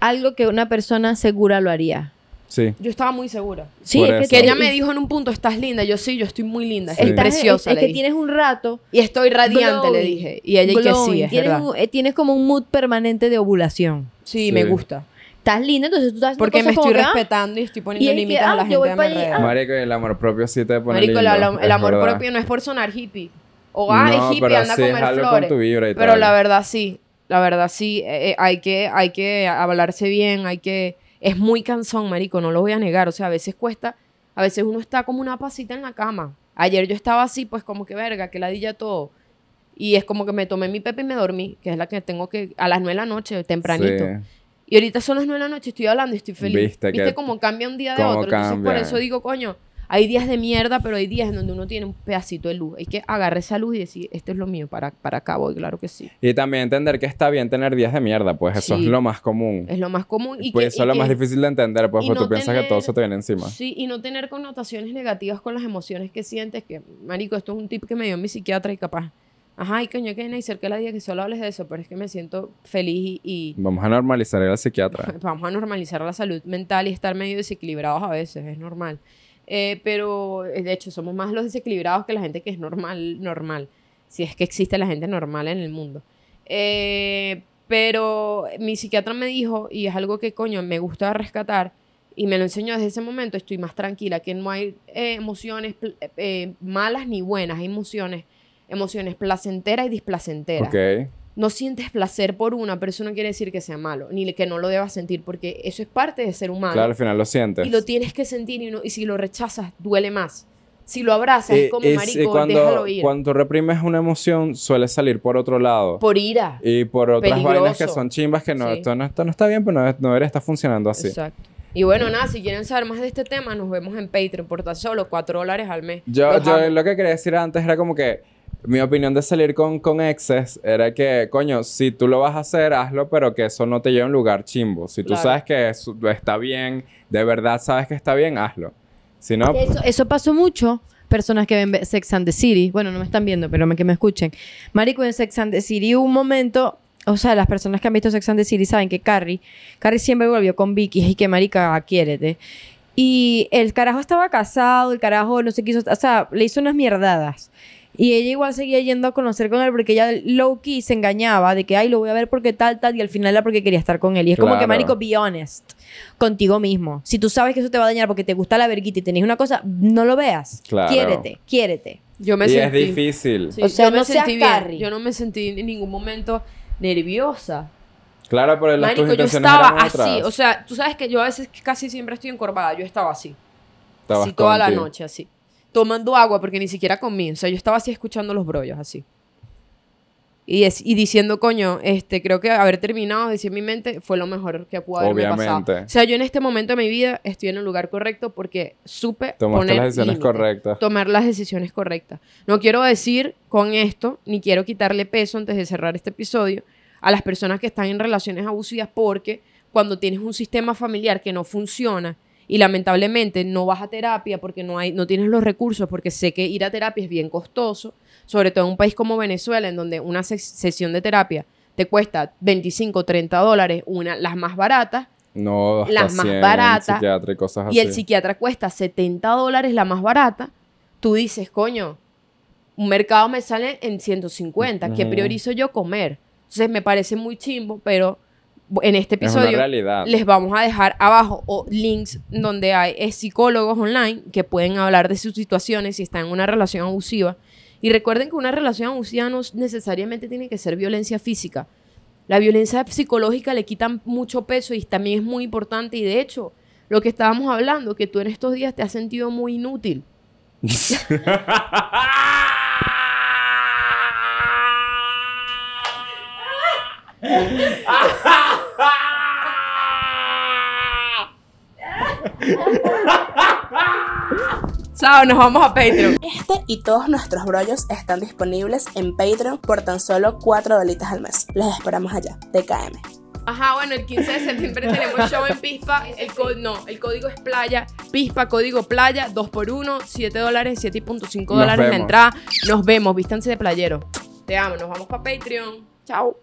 Speaker 3: algo que una persona segura lo haría.
Speaker 2: Sí.
Speaker 1: Yo estaba muy segura.
Speaker 3: Sí,
Speaker 2: Por
Speaker 3: es
Speaker 2: eso.
Speaker 1: Que
Speaker 3: te-
Speaker 1: ella me dijo en un punto, estás linda. Yo sí, yo estoy muy linda.
Speaker 2: Sí.
Speaker 1: Estoy
Speaker 3: estás-
Speaker 1: preciosa.
Speaker 3: Es, es
Speaker 1: le
Speaker 3: que
Speaker 1: dije.
Speaker 3: tienes un rato.
Speaker 1: Y estoy radiante, le
Speaker 3: glowing,
Speaker 1: dije. Y ella y que
Speaker 3: glowing,
Speaker 1: sí, es
Speaker 3: tienes,
Speaker 1: verdad.
Speaker 3: un- eh, tienes como un mood permanente de ovulación.
Speaker 1: Sí,
Speaker 2: Sí.
Speaker 1: me gusta.
Speaker 3: Estás linda, entonces tú estás haciendo
Speaker 1: Porque me
Speaker 3: cosas
Speaker 1: estoy
Speaker 3: como que, ah,
Speaker 1: respetando y estoy
Speaker 3: y
Speaker 1: poniendo
Speaker 3: es que,
Speaker 1: límites a
Speaker 3: ah,
Speaker 1: la
Speaker 3: yo
Speaker 1: gente
Speaker 3: voy
Speaker 1: de mi
Speaker 3: pa' allí,
Speaker 1: alrededor.
Speaker 3: ah.
Speaker 2: Marico, el amor propio sí te pone
Speaker 1: Marico,
Speaker 2: lindo.
Speaker 1: la- la-
Speaker 2: es
Speaker 1: el amor
Speaker 2: verdad.
Speaker 1: propio no es por sonar hippie. O, ah,
Speaker 2: No,
Speaker 1: es hippie,
Speaker 2: pero
Speaker 1: anda
Speaker 2: sí
Speaker 1: a
Speaker 2: es
Speaker 1: comer
Speaker 2: algo con
Speaker 1: flores.
Speaker 2: tu vibra y
Speaker 1: pero
Speaker 2: tal.
Speaker 1: la verdad sí, la verdad sí, eh, eh, hay, que, hay que hablarse bien, hay que... Es muy cansón, marico, no lo voy a negar. O sea, a veces cuesta, a veces uno está como una pasita en la cama. Ayer yo estaba así, pues como que verga, que ladilla todo. Y es como que me tomé mi pepe y me dormí, que es la que tengo que... A las nueve de la noche, tempranito.
Speaker 2: Sí.
Speaker 1: Y ahorita son las 9 de la noche, estoy hablando y estoy feliz.
Speaker 2: Viste
Speaker 1: Viste,
Speaker 2: que-
Speaker 1: cómo cambia un día de
Speaker 2: cómo
Speaker 1: otro. Entonces, por
Speaker 2: cambia.
Speaker 1: eso digo, coño, hay días de mierda, pero hay días en donde uno tiene un pedacito de luz. Hay que agarrar esa luz y decir, esto es lo mío, para, para acá voy, claro que sí.
Speaker 2: Y también entender que está bien tener días de mierda, pues eso
Speaker 1: Sí.
Speaker 2: es lo más común.
Speaker 1: Es lo más común. Y
Speaker 2: pues
Speaker 1: que-
Speaker 2: eso
Speaker 1: y
Speaker 2: es lo
Speaker 1: que-
Speaker 2: más difícil de entender, pues
Speaker 1: y
Speaker 2: porque
Speaker 1: no
Speaker 2: tú piensas que todo
Speaker 1: tener-
Speaker 2: eso te viene encima.
Speaker 1: Sí, y no tener connotaciones negativas con las emociones que sientes, que, marico, esto es un tip que me dio mi psiquiatra y capaz, ajá, y coño, que Neisser, que la día que solo hables de eso, pero es que me siento feliz y, y
Speaker 2: Vamos a normalizar ir al psiquiatra.
Speaker 1: vamos a normalizar la salud mental y estar medio desequilibrados a veces, es normal. Eh, pero, eh, de hecho, somos más los desequilibrados que la gente que es normal, normal. Si es que existe la gente normal en el mundo. Eh, pero mi psiquiatra me dijo, y es algo que coño me gusta rescatar, y me lo enseñó desde ese momento, estoy más tranquila, que no hay eh, emociones pl- eh, malas ni buenas, hay emociones, emociones placenteras y displacenteras
Speaker 2: Ok.
Speaker 1: no sientes placer por una, pero eso no quiere decir que sea malo, ni que no lo debas sentir, porque eso es parte de ser humano.
Speaker 2: Claro, al final lo sientes.
Speaker 1: Ah. y lo tienes que sentir y, no- y si lo rechazas, duele más. Si lo abrazas, es como
Speaker 2: y- y
Speaker 1: marico,
Speaker 2: Eh, cuando,
Speaker 1: déjalo ir.
Speaker 2: cuando reprimes una emoción, suele salir por otro lado.
Speaker 1: por ira.
Speaker 2: y por otras vainas que
Speaker 1: Peligroso.
Speaker 2: son chimbas que no,
Speaker 1: Sí.
Speaker 2: esto no, esto no está bien, pero no, no debería estar funcionando así.
Speaker 1: Exacto. Y bueno, nada, si quieren saber más de este tema, nos vemos en Patreon por tan solo 4 dólares al mes.
Speaker 2: Yo,
Speaker 1: Los
Speaker 2: yo
Speaker 1: amo.
Speaker 2: lo que quería decir antes era como que mi opinión de salir con, con exes era que, coño, si tú lo vas a hacer, hazlo, pero que eso no te lleve a un lugar chimbo. Si tú
Speaker 1: Claro.
Speaker 2: sabes que eso está bien, de verdad sabes que está bien, hazlo. Si no,
Speaker 3: Eso, eso pasó mucho. Personas que ven Sex and the City, bueno, no me están viendo, pero me- que me escuchen. Marico, en Sex and the City hubo un momento, o sea, las personas que han visto Sex and the City saben que Carrie, Carrie siempre volvió con Vicky y que marica, quiérete. Y el carajo estaba casado, el carajo no se quiso, o sea, le hizo unas mierdadas. Y ella igual seguía yendo a conocer con él porque ella low-key se engañaba de que, ay, lo voy a ver porque tal, tal, y al final era porque quería estar con él. Y es como que,
Speaker 2: Claro.
Speaker 3: marico, be honest contigo mismo. Si tú sabes que eso te va a dañar porque te gusta la verguita y tenés una cosa, no lo veas.
Speaker 2: Claro.
Speaker 3: Quiérete, quiérete.
Speaker 1: Yo me
Speaker 2: y
Speaker 1: sentí.
Speaker 2: es difícil.
Speaker 1: sí,
Speaker 3: O sea,
Speaker 1: yo me
Speaker 3: no seas
Speaker 1: sentí bien.
Speaker 3: Carrie.
Speaker 1: Yo no me sentí en ningún momento nerviosa.
Speaker 2: Claro, pero las tus
Speaker 1: Marico, yo
Speaker 2: intenciones
Speaker 1: estaba
Speaker 2: eran
Speaker 1: así.
Speaker 2: otras.
Speaker 1: O sea, tú sabes que yo a veces casi siempre estoy encorvada. Yo estaba así.
Speaker 2: Estabas
Speaker 1: así toda la
Speaker 2: contigo.
Speaker 1: noche, así. Tomando agua, porque ni siquiera comí. O sea, yo estaba así escuchando los brollos, así. Y, es, y diciendo, coño, este, creo que haber terminado, decía en mi mente, fue lo mejor que pudo haberme
Speaker 2: Obviamente.
Speaker 1: pasado. O sea, yo en este momento de mi vida estoy en el lugar correcto porque supe
Speaker 2: Tomaste
Speaker 1: poner
Speaker 2: las decisiones
Speaker 1: límites,
Speaker 2: correctas.
Speaker 1: Tomar las decisiones correctas. No quiero decir con esto, ni quiero quitarle peso antes de cerrar este episodio, a las personas que están en relaciones abusivas porque cuando tienes un sistema familiar que no funciona y lamentablemente no vas a terapia porque no, hay, no tienes los recursos, porque sé que ir a terapia es bien costoso, sobre todo en un país como Venezuela, en donde una ses- sesión de terapia te cuesta 25, 30 dólares, una, las más baratas,
Speaker 2: No, hasta
Speaker 1: Las más
Speaker 2: 100
Speaker 1: baratas.
Speaker 2: psiquiatra y cosas así.
Speaker 1: y el psiquiatra cuesta 70 dólares, la más barata, tú dices, coño, un mercado me sale en 150, ¿qué
Speaker 2: Ujú.
Speaker 1: priorizo yo comer? Entonces me parece muy chimbo, pero en este
Speaker 2: es una
Speaker 1: episodio
Speaker 2: realidad.
Speaker 1: les vamos a dejar abajo o links donde hay eh, psicólogos online que pueden hablar de sus situaciones si están en una relación abusiva. Y recuerden que una relación abusiva no necesariamente tiene que ser violencia física. La violencia psicológica le quita mucho peso y también es muy importante. Y de hecho, lo que estábamos hablando, que tú en estos días te has sentido muy inútil. Chao, nos vamos a Patreon.
Speaker 5: Este y todos nuestros brollos están disponibles en Patreon por tan solo 4 dolitas al mes. Les esperamos allá. TKM.
Speaker 1: Ajá, bueno, el 15 de septiembre tenemos show en Pispa. El co- no, el código es playa. Pispa, código playa, 2x1, 7 dólares, 7.5
Speaker 2: Nos
Speaker 1: dólares la
Speaker 2: vemos.
Speaker 1: entrada. Nos vemos, vístanse de playero. Te amo, nos vamos para Patreon. Chao.